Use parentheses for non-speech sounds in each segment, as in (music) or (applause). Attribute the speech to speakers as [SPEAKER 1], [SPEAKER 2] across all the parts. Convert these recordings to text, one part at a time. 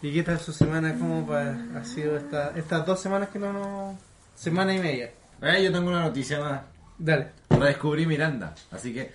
[SPEAKER 1] ¿Y qué tal su semana? ¿Cómo pa- ha sido esta- estas dos semanas que no nos... Semana y media.
[SPEAKER 2] Eh, yo tengo una noticia más.
[SPEAKER 1] Dale.
[SPEAKER 2] Redescubrí Miranda, así que.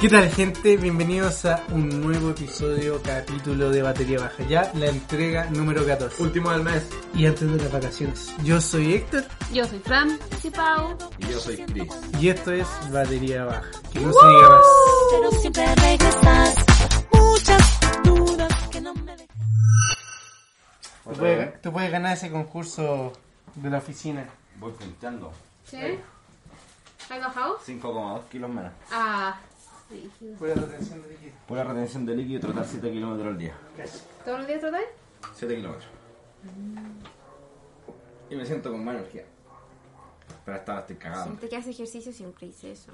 [SPEAKER 1] ¿Qué tal gente? Bienvenidos a un nuevo episodio, capítulo de Batería Baja. Ya la entrega número 14.
[SPEAKER 2] Último del mes.
[SPEAKER 1] Y antes de las vacaciones. Yo soy Héctor
[SPEAKER 3] Yo soy Fran, soy Pau.
[SPEAKER 2] Y yo soy Chris.
[SPEAKER 1] y esto es Batería Baja. Que no se diga más.
[SPEAKER 4] pero siempre regresas. Muchas dudas que no me dejan.
[SPEAKER 1] Tú
[SPEAKER 3] eh.
[SPEAKER 1] puedes, tú puedes ganar ese concurso de la oficina.
[SPEAKER 2] Voy punteando.
[SPEAKER 3] ¿Sí?
[SPEAKER 5] ¿Eh?
[SPEAKER 3] ¿Has bajado?
[SPEAKER 2] 5,2 kilos menos.
[SPEAKER 3] Ah,
[SPEAKER 1] Pura retención de líquido.
[SPEAKER 2] Pura retención de líquido y trotar 7 kilómetros al día.
[SPEAKER 3] ¿todos los días tratáis?
[SPEAKER 2] 7 kilómetros. Y me siento con más energía. Pero hasta ahora estoy cagado.
[SPEAKER 3] Siempre que haces ejercicio siempre hice eso.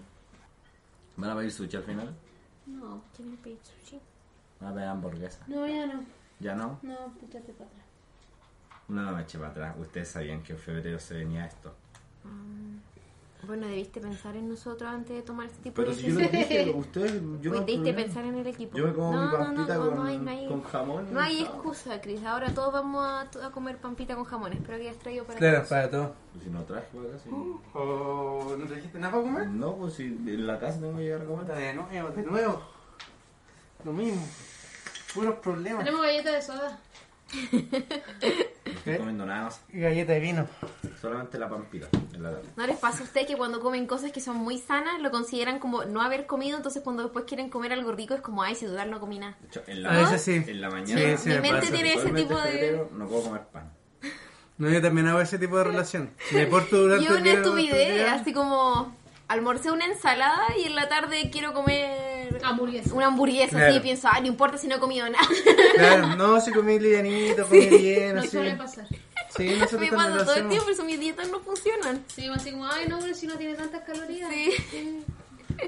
[SPEAKER 2] ¿Van a pedir sushi al final?
[SPEAKER 3] No, quiero pedir sushi.
[SPEAKER 2] Van a pedir hamburguesa.
[SPEAKER 3] No, ya no.
[SPEAKER 2] ¿Ya no?
[SPEAKER 3] No, échate para atrás.
[SPEAKER 2] No, no me eché para atrás. Ustedes sabían que en febrero se venía
[SPEAKER 3] (laughs)
[SPEAKER 2] esto.
[SPEAKER 3] Bueno, debiste pensar en nosotros antes de tomar este tipo
[SPEAKER 2] Pero
[SPEAKER 3] de
[SPEAKER 2] si yo lo
[SPEAKER 3] decisiones.
[SPEAKER 2] dije, ustedes. Yo
[SPEAKER 3] Pues
[SPEAKER 2] no
[SPEAKER 3] debiste
[SPEAKER 2] problema.
[SPEAKER 3] pensar en el equipo.
[SPEAKER 2] Yo me como
[SPEAKER 3] no,
[SPEAKER 2] mi pampita
[SPEAKER 3] no, no,
[SPEAKER 2] con-
[SPEAKER 3] no hay, no hay,
[SPEAKER 2] con jamón.
[SPEAKER 3] No hay
[SPEAKER 2] Ah.
[SPEAKER 3] excusa, Cris. Ahora todos vamos a, to- a comer pampita con jamón. Espero que hayas traído para
[SPEAKER 1] Claro,
[SPEAKER 3] acá.
[SPEAKER 1] para todo.
[SPEAKER 2] Pues si no traje, para acá, sí.
[SPEAKER 1] ¿O Oh, no trajiste nada para comer?
[SPEAKER 2] No, pues si en la casa tengo que llegar a comer.
[SPEAKER 1] De nuevo, de nuevo. Lo mismo. Puros problemas.
[SPEAKER 3] Tenemos galletas de soda. ¿Eh?
[SPEAKER 2] No estoy comiendo nada más.
[SPEAKER 1] Galleta de vino.
[SPEAKER 2] Solamente la pampita en la tarde.
[SPEAKER 3] ¿No les pasa a usted que cuando comen cosas que son muy sanas lo consideran como no haber comido? Entonces cuando después quieren comer algo rico es como, ay, si dudar no comí nada.
[SPEAKER 2] De hecho, en
[SPEAKER 1] A
[SPEAKER 2] la,
[SPEAKER 1] veces Ah, sí.
[SPEAKER 2] en la mañana.
[SPEAKER 1] Sí, sí, Mi me mente pasa.
[SPEAKER 3] tiene ese
[SPEAKER 2] Actualmente
[SPEAKER 3] tipo de-
[SPEAKER 2] en febrero No puedo comer pan.
[SPEAKER 1] No, yo también hago ese tipo de relación. Me porto durante
[SPEAKER 3] (laughs) Y
[SPEAKER 1] el
[SPEAKER 3] una
[SPEAKER 1] día, durante el
[SPEAKER 3] estupidez,
[SPEAKER 1] día.
[SPEAKER 3] así como almorcé una ensalada y en la tarde quiero comer
[SPEAKER 5] Hamburguesa.
[SPEAKER 3] una hamburguesa,
[SPEAKER 1] Claro.
[SPEAKER 3] así y pienso, ah, no importa si no he comido
[SPEAKER 2] (laughs)
[SPEAKER 3] nada.
[SPEAKER 1] Claro, no, si comí livianito, comí bien,
[SPEAKER 5] No
[SPEAKER 1] así.
[SPEAKER 5] suele pasar.
[SPEAKER 1] Sí, nosotros
[SPEAKER 3] Me
[SPEAKER 1] también
[SPEAKER 3] pasa
[SPEAKER 1] lo
[SPEAKER 3] todo el
[SPEAKER 1] hacemos.
[SPEAKER 3] tiempo, por eso mis dietas no funcionan.
[SPEAKER 5] Sí, así como, ay, no, pero si no tiene tantas calorías.
[SPEAKER 3] Sí.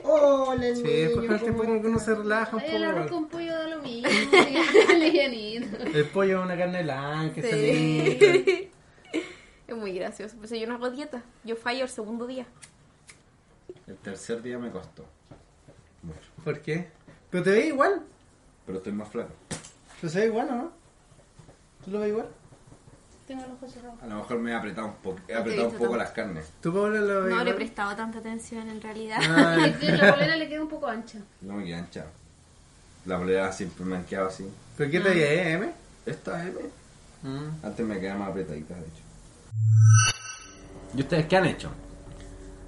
[SPEAKER 5] Hola, el
[SPEAKER 1] Sí, después con el tiempo como que uno se relaja un poco.
[SPEAKER 5] El arroz
[SPEAKER 1] igual.
[SPEAKER 5] con pollo da lo mismo. sí, (laughs) livianito.
[SPEAKER 1] El pollo es una carne blanca, está
[SPEAKER 3] Sí.
[SPEAKER 1] linda.
[SPEAKER 3] Es muy gracioso, por eso yo no hago dieta, yo fallo el segundo día.
[SPEAKER 2] El tercer día me costó. Mucho.
[SPEAKER 1] ¿Por qué? Pero te ve igual.
[SPEAKER 2] Pero estoy más flaco.
[SPEAKER 1] Tú se ve igual, ¿o no? ¿Tú lo ves igual?
[SPEAKER 5] Tengo los ojos cerrados.
[SPEAKER 2] A lo mejor me he apretado un, po- he apretado un
[SPEAKER 3] visto
[SPEAKER 2] poco
[SPEAKER 3] tanto.
[SPEAKER 2] las carnes.
[SPEAKER 1] ¿Tú, Paula, lo ves
[SPEAKER 3] No le he
[SPEAKER 1] igual?
[SPEAKER 3] prestado tanta atención en realidad.
[SPEAKER 1] Ah,
[SPEAKER 5] Sí, La polera le queda un poco ancha.
[SPEAKER 2] No me quedan ancha. La polera siempre me han quedado así.
[SPEAKER 1] ¿Pero qué talla es, M?
[SPEAKER 2] Esta es. ¿eh?
[SPEAKER 1] Mm.
[SPEAKER 2] Antes me quedaba más apretadita, de hecho. ¿Y ustedes qué han hecho?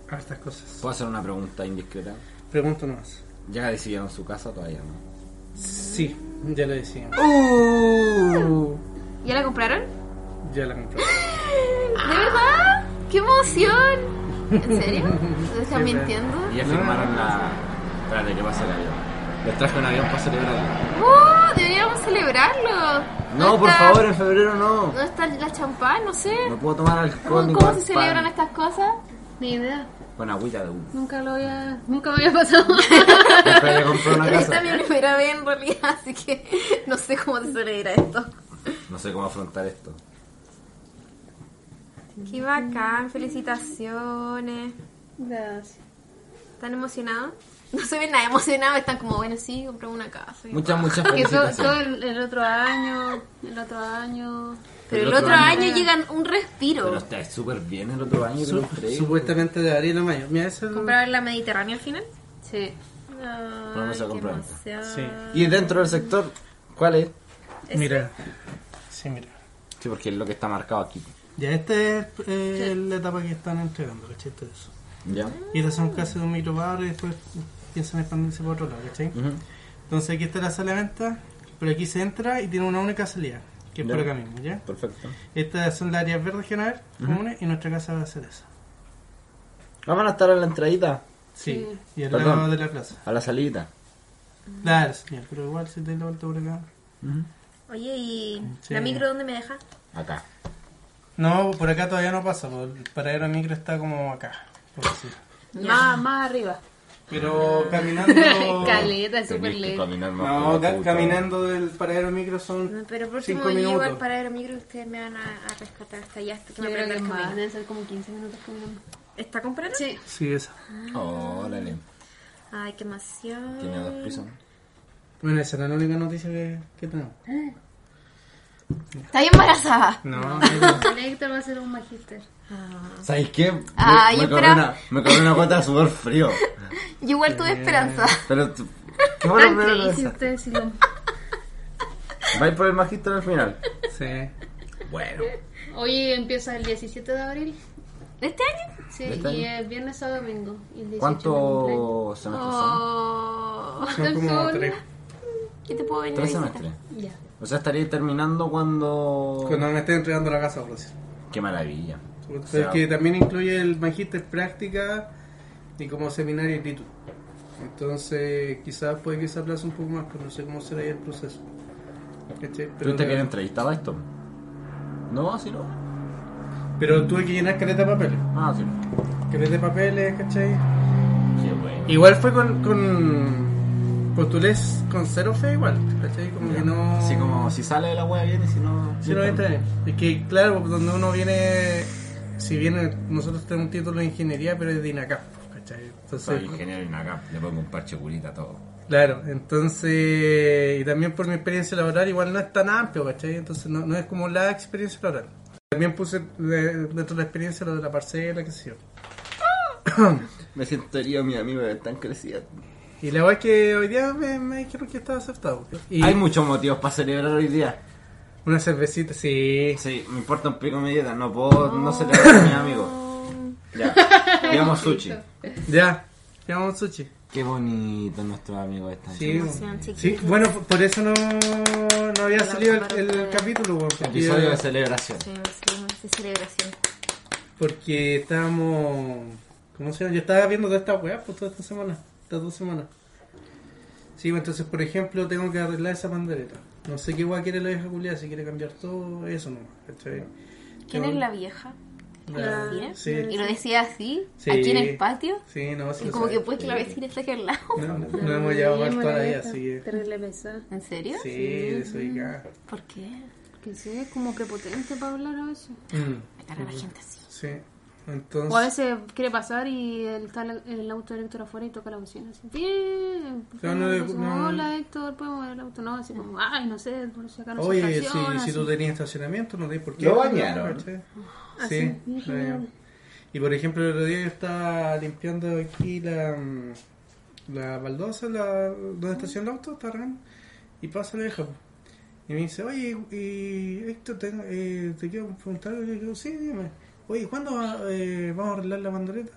[SPEAKER 1] Hartas Ah, cosas.
[SPEAKER 2] ¿Puedo hacer una pregunta indiscreta?
[SPEAKER 1] Pregunto nomás.
[SPEAKER 2] ¿Ya decidieron su casa todavía no?
[SPEAKER 1] Sí, ya lo decía.
[SPEAKER 2] Uh.
[SPEAKER 3] ¿Ya la compraron?
[SPEAKER 1] Ya la compré.
[SPEAKER 3] ¿De verdad? ¡Qué emoción! ¿En serio?
[SPEAKER 2] (laughs)
[SPEAKER 3] ¿Te están
[SPEAKER 1] Sí,
[SPEAKER 3] mintiendo?
[SPEAKER 2] Y ya firmaron la. Espérate, que pasa el avión. Les traje un avión para celebrarlo.
[SPEAKER 3] ¡Oh! Deberíamos celebrarlo.
[SPEAKER 2] No, por
[SPEAKER 3] está-
[SPEAKER 2] favor, en febrero no.
[SPEAKER 3] ¿Dónde está la champán? No sé.
[SPEAKER 2] No puedo tomar alcohol
[SPEAKER 3] ¿Cómo,
[SPEAKER 2] ni
[SPEAKER 3] cómo
[SPEAKER 2] con
[SPEAKER 3] se celebran
[SPEAKER 2] pan.
[SPEAKER 3] estas cosas?
[SPEAKER 5] Ni idea.
[SPEAKER 2] Con agüita de
[SPEAKER 3] (laughs)
[SPEAKER 2] uva.
[SPEAKER 5] Nunca lo había, nunca me había pasado.
[SPEAKER 2] Después de comprar una
[SPEAKER 3] Esta
[SPEAKER 2] casa.
[SPEAKER 3] es mi primera vez en realidad, así que no sé cómo se celebra esto.
[SPEAKER 2] No sé cómo afrontar esto.
[SPEAKER 3] ¡Qué bacán! ¡Felicitaciones!
[SPEAKER 5] Gracias.
[SPEAKER 3] ¿Están emocionados? No se ven nada emocionados, están como, bueno, sí, compré una casa. (laughs)
[SPEAKER 2] Muchas, muchas
[SPEAKER 5] Que todo, todo
[SPEAKER 2] felicitaciones.
[SPEAKER 5] el, el otro año, el otro año.
[SPEAKER 3] Pero el otro año llegan un
[SPEAKER 2] Pero
[SPEAKER 3] respiro.
[SPEAKER 2] está súper bien el otro año, que lo creí.
[SPEAKER 1] Supuestamente de abril a mayo. Mira, eso es lo-
[SPEAKER 3] ¿Compraron la Mediterránea al final?
[SPEAKER 5] Sí.
[SPEAKER 2] Vamos a
[SPEAKER 3] Ay, qué
[SPEAKER 2] comprar.
[SPEAKER 3] emoción.
[SPEAKER 1] Sí.
[SPEAKER 2] Y dentro del sector, ¿cuál es?
[SPEAKER 1] Mira. Sí, mira.
[SPEAKER 2] Sí, porque es lo que está marcado aquí.
[SPEAKER 1] Ya esta es eh, la etapa que están entregando, ¿cachai? Todo eso.
[SPEAKER 2] ¿Ya?
[SPEAKER 1] Y estas son casi de un microbar y después piensan expandirse por otro lado, ¿cachai?
[SPEAKER 2] Ujú.
[SPEAKER 1] Entonces aquí está la sala de venta, por aquí se entra y tiene una única salida, que es por
[SPEAKER 2] Ya.
[SPEAKER 1] acá mismo, ¿ya?
[SPEAKER 2] Perfecto.
[SPEAKER 1] Estas son las áreas verdes que van a haber, comunes, y nuestra casa va a ser esa.
[SPEAKER 2] Vamos a estar a la entradita,
[SPEAKER 1] Sí. Y al
[SPEAKER 2] Perdón.
[SPEAKER 1] lado de la plaza.
[SPEAKER 2] a la salida.
[SPEAKER 1] Claro, señor. Pero igual si te la vuelta por acá.
[SPEAKER 3] Oye, ¿y
[SPEAKER 1] Sí.
[SPEAKER 3] la micro dónde me deja?
[SPEAKER 2] Acá.
[SPEAKER 1] No, por acá todavía no pasa. por- El paradero micro está como acá. por decir.
[SPEAKER 5] Más, más arriba.
[SPEAKER 1] Pero
[SPEAKER 5] (laughs)
[SPEAKER 1] caminando.
[SPEAKER 5] Caleta, es súper
[SPEAKER 6] Tenés que
[SPEAKER 5] lejos.
[SPEAKER 6] caminar más.
[SPEAKER 1] No,
[SPEAKER 6] por la
[SPEAKER 1] ca-
[SPEAKER 6] puta.
[SPEAKER 1] caminando del paradero micro son
[SPEAKER 3] No, Pero
[SPEAKER 1] Cinco
[SPEAKER 3] próximo yo llego
[SPEAKER 1] minutos.
[SPEAKER 3] al paradero micro y ustedes me van a, a rescatar hasta allá, hasta que
[SPEAKER 5] Yo
[SPEAKER 3] me
[SPEAKER 5] creo
[SPEAKER 3] prenda
[SPEAKER 5] que
[SPEAKER 3] el
[SPEAKER 5] más.
[SPEAKER 3] camino.
[SPEAKER 5] Deben ser como 15 minutos caminando.
[SPEAKER 3] ¿Está comprando?
[SPEAKER 5] Sí.
[SPEAKER 1] Sí, esa.
[SPEAKER 6] Órale.
[SPEAKER 3] Ay, qué emoción.
[SPEAKER 6] Tiene dos pisos.
[SPEAKER 1] Bueno, esa era la única noticia que, que tenemos.
[SPEAKER 3] ¿Está embarazada?
[SPEAKER 5] (laughs)
[SPEAKER 1] No,
[SPEAKER 5] Héctor va a ser un magíster.
[SPEAKER 2] ¿Sabes qué? Me,
[SPEAKER 3] Ah,
[SPEAKER 2] me
[SPEAKER 3] yo
[SPEAKER 2] corrió
[SPEAKER 3] esperaba-
[SPEAKER 2] una, me corrió una gota de sudor frío.
[SPEAKER 3] Yo igual
[SPEAKER 1] Eh,
[SPEAKER 3] tuve esperanza.
[SPEAKER 2] Pero tú- qué
[SPEAKER 5] Tan
[SPEAKER 2] bueno que lo
[SPEAKER 5] crazy
[SPEAKER 2] pensás.
[SPEAKER 5] ustedes si lo...
[SPEAKER 2] Vais por el magistro al final.
[SPEAKER 1] sí.
[SPEAKER 2] Bueno.
[SPEAKER 5] Hoy empieza el 17 de abril.
[SPEAKER 3] ¿De este año?
[SPEAKER 5] Sí,
[SPEAKER 2] ¿De este
[SPEAKER 5] y
[SPEAKER 2] año?
[SPEAKER 5] es viernes a domingo. y el 18 mi
[SPEAKER 2] ¿Cuántos semestres son?
[SPEAKER 3] Oh,
[SPEAKER 1] Son como
[SPEAKER 5] Son-
[SPEAKER 1] tres.
[SPEAKER 3] ¿Qué te puedo venir a
[SPEAKER 2] Tres
[SPEAKER 3] visitar?
[SPEAKER 2] semestres.
[SPEAKER 5] cumpleaños. Ya.
[SPEAKER 2] O sea, estaría terminando cuando...
[SPEAKER 1] Cuando me esté entregando la casa, por decir.
[SPEAKER 2] Qué maravilla.
[SPEAKER 1] Porque
[SPEAKER 2] O sea,
[SPEAKER 1] que también incluye el magíster práctica y como seminario actitud. Entonces, quizás puede que se aplace un poco más, pero no sé cómo será ahí el proceso. ¿Cachai?
[SPEAKER 2] ¿Tú
[SPEAKER 1] Pero,
[SPEAKER 2] te quieres entrevistado a esto? No, si no.
[SPEAKER 1] pero tuve que llenar caleta de papeles.
[SPEAKER 2] Ah, sí no.
[SPEAKER 1] Caleta de papeles, ¿cachai?
[SPEAKER 2] Qué bueno.
[SPEAKER 1] Igual fue con. con postulés con cero fe, igual. ¿Cachai? Como que no.
[SPEAKER 2] Así como si sale de la wea bien y si no.
[SPEAKER 1] Sí, no, está bien. Es que, claro, pues, donde uno viene, si viene, nosotros tenemos un título de ingeniería, pero es de INACAP, ¿cachai?
[SPEAKER 6] Soy
[SPEAKER 1] Entonces,
[SPEAKER 6] ingeniero en acá. Le pongo un parche curita a todo.
[SPEAKER 1] claro, entonces, y también por mi experiencia laboral, igual no es tan amplio, ¿cachai? Entonces, no, no es como la experiencia laboral. También puse de- dentro de la experiencia lo de la parcela, qué sé yo.
[SPEAKER 2] Me siento herido, mi amigo, están creciendo.
[SPEAKER 1] Y la verdad es que hoy día me, me dijeron que estaba aceptado. Y
[SPEAKER 2] Hay muchos motivos para celebrar hoy día.
[SPEAKER 1] una cervecita, sí.
[SPEAKER 2] Sí, me importa un pico mi dieta, no puedo no, celebrar a mi amigo.
[SPEAKER 1] (laughs)
[SPEAKER 2] Ya, digamos sushi.
[SPEAKER 1] Ya, llevamos sushi.
[SPEAKER 2] Qué bonito nuestro amigo están.
[SPEAKER 1] Sí,
[SPEAKER 3] emoción,
[SPEAKER 1] sí,
[SPEAKER 3] chiquillos.
[SPEAKER 1] bueno, p- por eso no, no había salido el, el
[SPEAKER 3] para-
[SPEAKER 1] capítulo, weón, porque,
[SPEAKER 2] Episodio de celebración.
[SPEAKER 3] Sí, sí, sí, celebración.
[SPEAKER 1] porque estábamos, ¿cómo se llama? Yo estaba viendo toda esta weá por toda esta semana, estas dos semanas. Sí, bueno, entonces, por ejemplo, tengo que arreglar esa pandereta. No sé qué weá quiere la vieja culiada, si quiere cambiar todo, eso no, ¿cachai?
[SPEAKER 3] ¿Quién
[SPEAKER 1] Yo-
[SPEAKER 3] es la vieja?
[SPEAKER 1] la-
[SPEAKER 3] ¿Tía?
[SPEAKER 1] Sí,
[SPEAKER 3] Y lo decía así,
[SPEAKER 1] Sí.
[SPEAKER 3] aquí en el patio.
[SPEAKER 1] sí, no, sí,
[SPEAKER 3] Y
[SPEAKER 1] lo
[SPEAKER 3] como
[SPEAKER 1] sabe.
[SPEAKER 3] que pues que la vecina está aquí al lado.
[SPEAKER 1] No, no, no hemos llevado mal toda la vida, así que...
[SPEAKER 5] Terrible pesada.
[SPEAKER 3] ¿En serio?
[SPEAKER 1] Sí, desubicada.
[SPEAKER 3] ¿Por qué?
[SPEAKER 5] Que sí, es como que potente para hablar a veces.
[SPEAKER 1] Mm,
[SPEAKER 3] Me carga la gente así.
[SPEAKER 1] sí, entonces...
[SPEAKER 5] O a veces quiere pasar y él está el, el auto de Héctor afuera y toca la bocina. Así, bien. por
[SPEAKER 1] Pero no
[SPEAKER 5] favor",
[SPEAKER 1] le-
[SPEAKER 5] así
[SPEAKER 1] no-
[SPEAKER 5] como, Hola Héctor, podemos mover el auto. No, así como, ay, no sé, por si acá no
[SPEAKER 1] Oye,
[SPEAKER 5] se
[SPEAKER 1] si,
[SPEAKER 5] estaciona",
[SPEAKER 1] si
[SPEAKER 5] así.
[SPEAKER 1] tú tenías estacionamiento, no tenías por qué.
[SPEAKER 2] Lo bañaron.
[SPEAKER 1] ¿cachai?
[SPEAKER 5] Ah,
[SPEAKER 1] Sí.
[SPEAKER 5] sí.
[SPEAKER 1] lo bañaron. Y por ejemplo, el otro día yo estaba limpiando aquí la, mm, la baldosa, la, donde estaciona el auto, está arreglando, y pasa la vieja. po. Y me dice, oye, y esto te, eh, te quiero preguntar algo. Y yo digo, sí, dime. Oye, ¿cuándo va- eh, vamos a arreglar la bandoleta?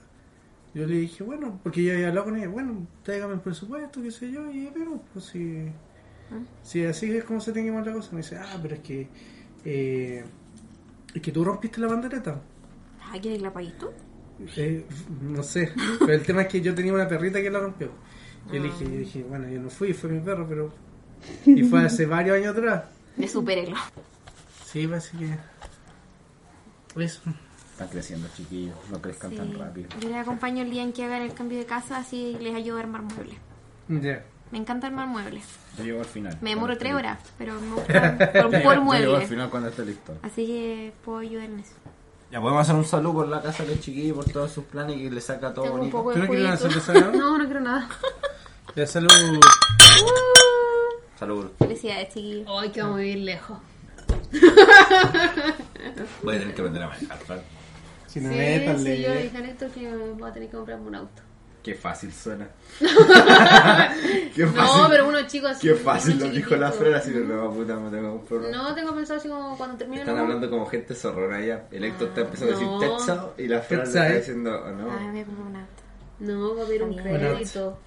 [SPEAKER 1] Yo le dije, bueno, porque yo había hablado con ella, bueno, tráigame el presupuesto, qué sé yo, y vemos, pues si... Si así es como se tiene que llamar la cosa. Me dice, ah, pero es que. eh, es que tú rompiste la bandereta.
[SPEAKER 3] Ah, ¿quieres la pagues tú?
[SPEAKER 1] Eh, no sé. Pero el tema es que yo tenía una perrita que la rompió. Yo le dije, yo dije, bueno, yo no fui, fue mi perro, pero. Y fue hace varios años atrás.
[SPEAKER 3] Me superélo.
[SPEAKER 1] Sí, así que. Eso.
[SPEAKER 2] Están creciendo, chiquillos, no crezcan
[SPEAKER 3] Sí.
[SPEAKER 2] tan rápido.
[SPEAKER 3] Yo les acompaño el día en que hagan el cambio de casa, así les ayudo a armar muebles.
[SPEAKER 1] Ya.
[SPEAKER 3] Me encanta armar muebles.
[SPEAKER 2] Yo llego al final.
[SPEAKER 3] Me demoro
[SPEAKER 2] Cuando
[SPEAKER 3] tres
[SPEAKER 2] esté
[SPEAKER 3] horas, pero me gusta por,
[SPEAKER 1] (laughs)
[SPEAKER 2] listo.
[SPEAKER 3] por
[SPEAKER 2] Yo llego al
[SPEAKER 3] muebles.
[SPEAKER 2] final cuando esté listo.
[SPEAKER 3] Así que puedo ayudar en eso.
[SPEAKER 2] Ya podemos hacer un saludo por la casa de los chiquillos, por todos sus planes y que le saca todo
[SPEAKER 3] Tengo un
[SPEAKER 2] bonito.
[SPEAKER 3] poco
[SPEAKER 1] ¿Tú
[SPEAKER 3] de
[SPEAKER 1] no quieres una
[SPEAKER 3] juguito.
[SPEAKER 1] cerveza, no?
[SPEAKER 5] No, no quiero nada.
[SPEAKER 1] Ya salud.
[SPEAKER 2] Salud.
[SPEAKER 3] Felicidades, chiquillos.
[SPEAKER 5] Ay, que vamos a vivir lejos.
[SPEAKER 6] Voy a tener que aprender a manejar. Fran.
[SPEAKER 1] Si
[SPEAKER 5] Sí,
[SPEAKER 1] no metas,
[SPEAKER 5] sí,
[SPEAKER 1] le-
[SPEAKER 5] yo le dije a Héctor que voy a tener que comprarme un auto.
[SPEAKER 2] Qué fácil
[SPEAKER 5] (laughs)
[SPEAKER 2] suena. Qué fácil.
[SPEAKER 5] No, pero uno chico así.
[SPEAKER 2] Qué fácil
[SPEAKER 5] uno
[SPEAKER 2] lo dijo la
[SPEAKER 5] chiquitito.
[SPEAKER 2] Fran, así de no, puta, me tengo un problema.
[SPEAKER 5] No, tengo pensado así como cuando termine
[SPEAKER 2] Están
[SPEAKER 5] la-
[SPEAKER 2] hablando como gente zorrona ya. El Héctor está empezando
[SPEAKER 5] no.
[SPEAKER 2] a decir Texas y la Fran le
[SPEAKER 1] Texas,
[SPEAKER 2] está
[SPEAKER 1] eh.
[SPEAKER 2] diciendo, oh,
[SPEAKER 3] Ah,
[SPEAKER 2] no,
[SPEAKER 3] me voy a comprar un auto.
[SPEAKER 5] No, voy a pedir un
[SPEAKER 3] Está
[SPEAKER 1] bien.
[SPEAKER 5] crédito.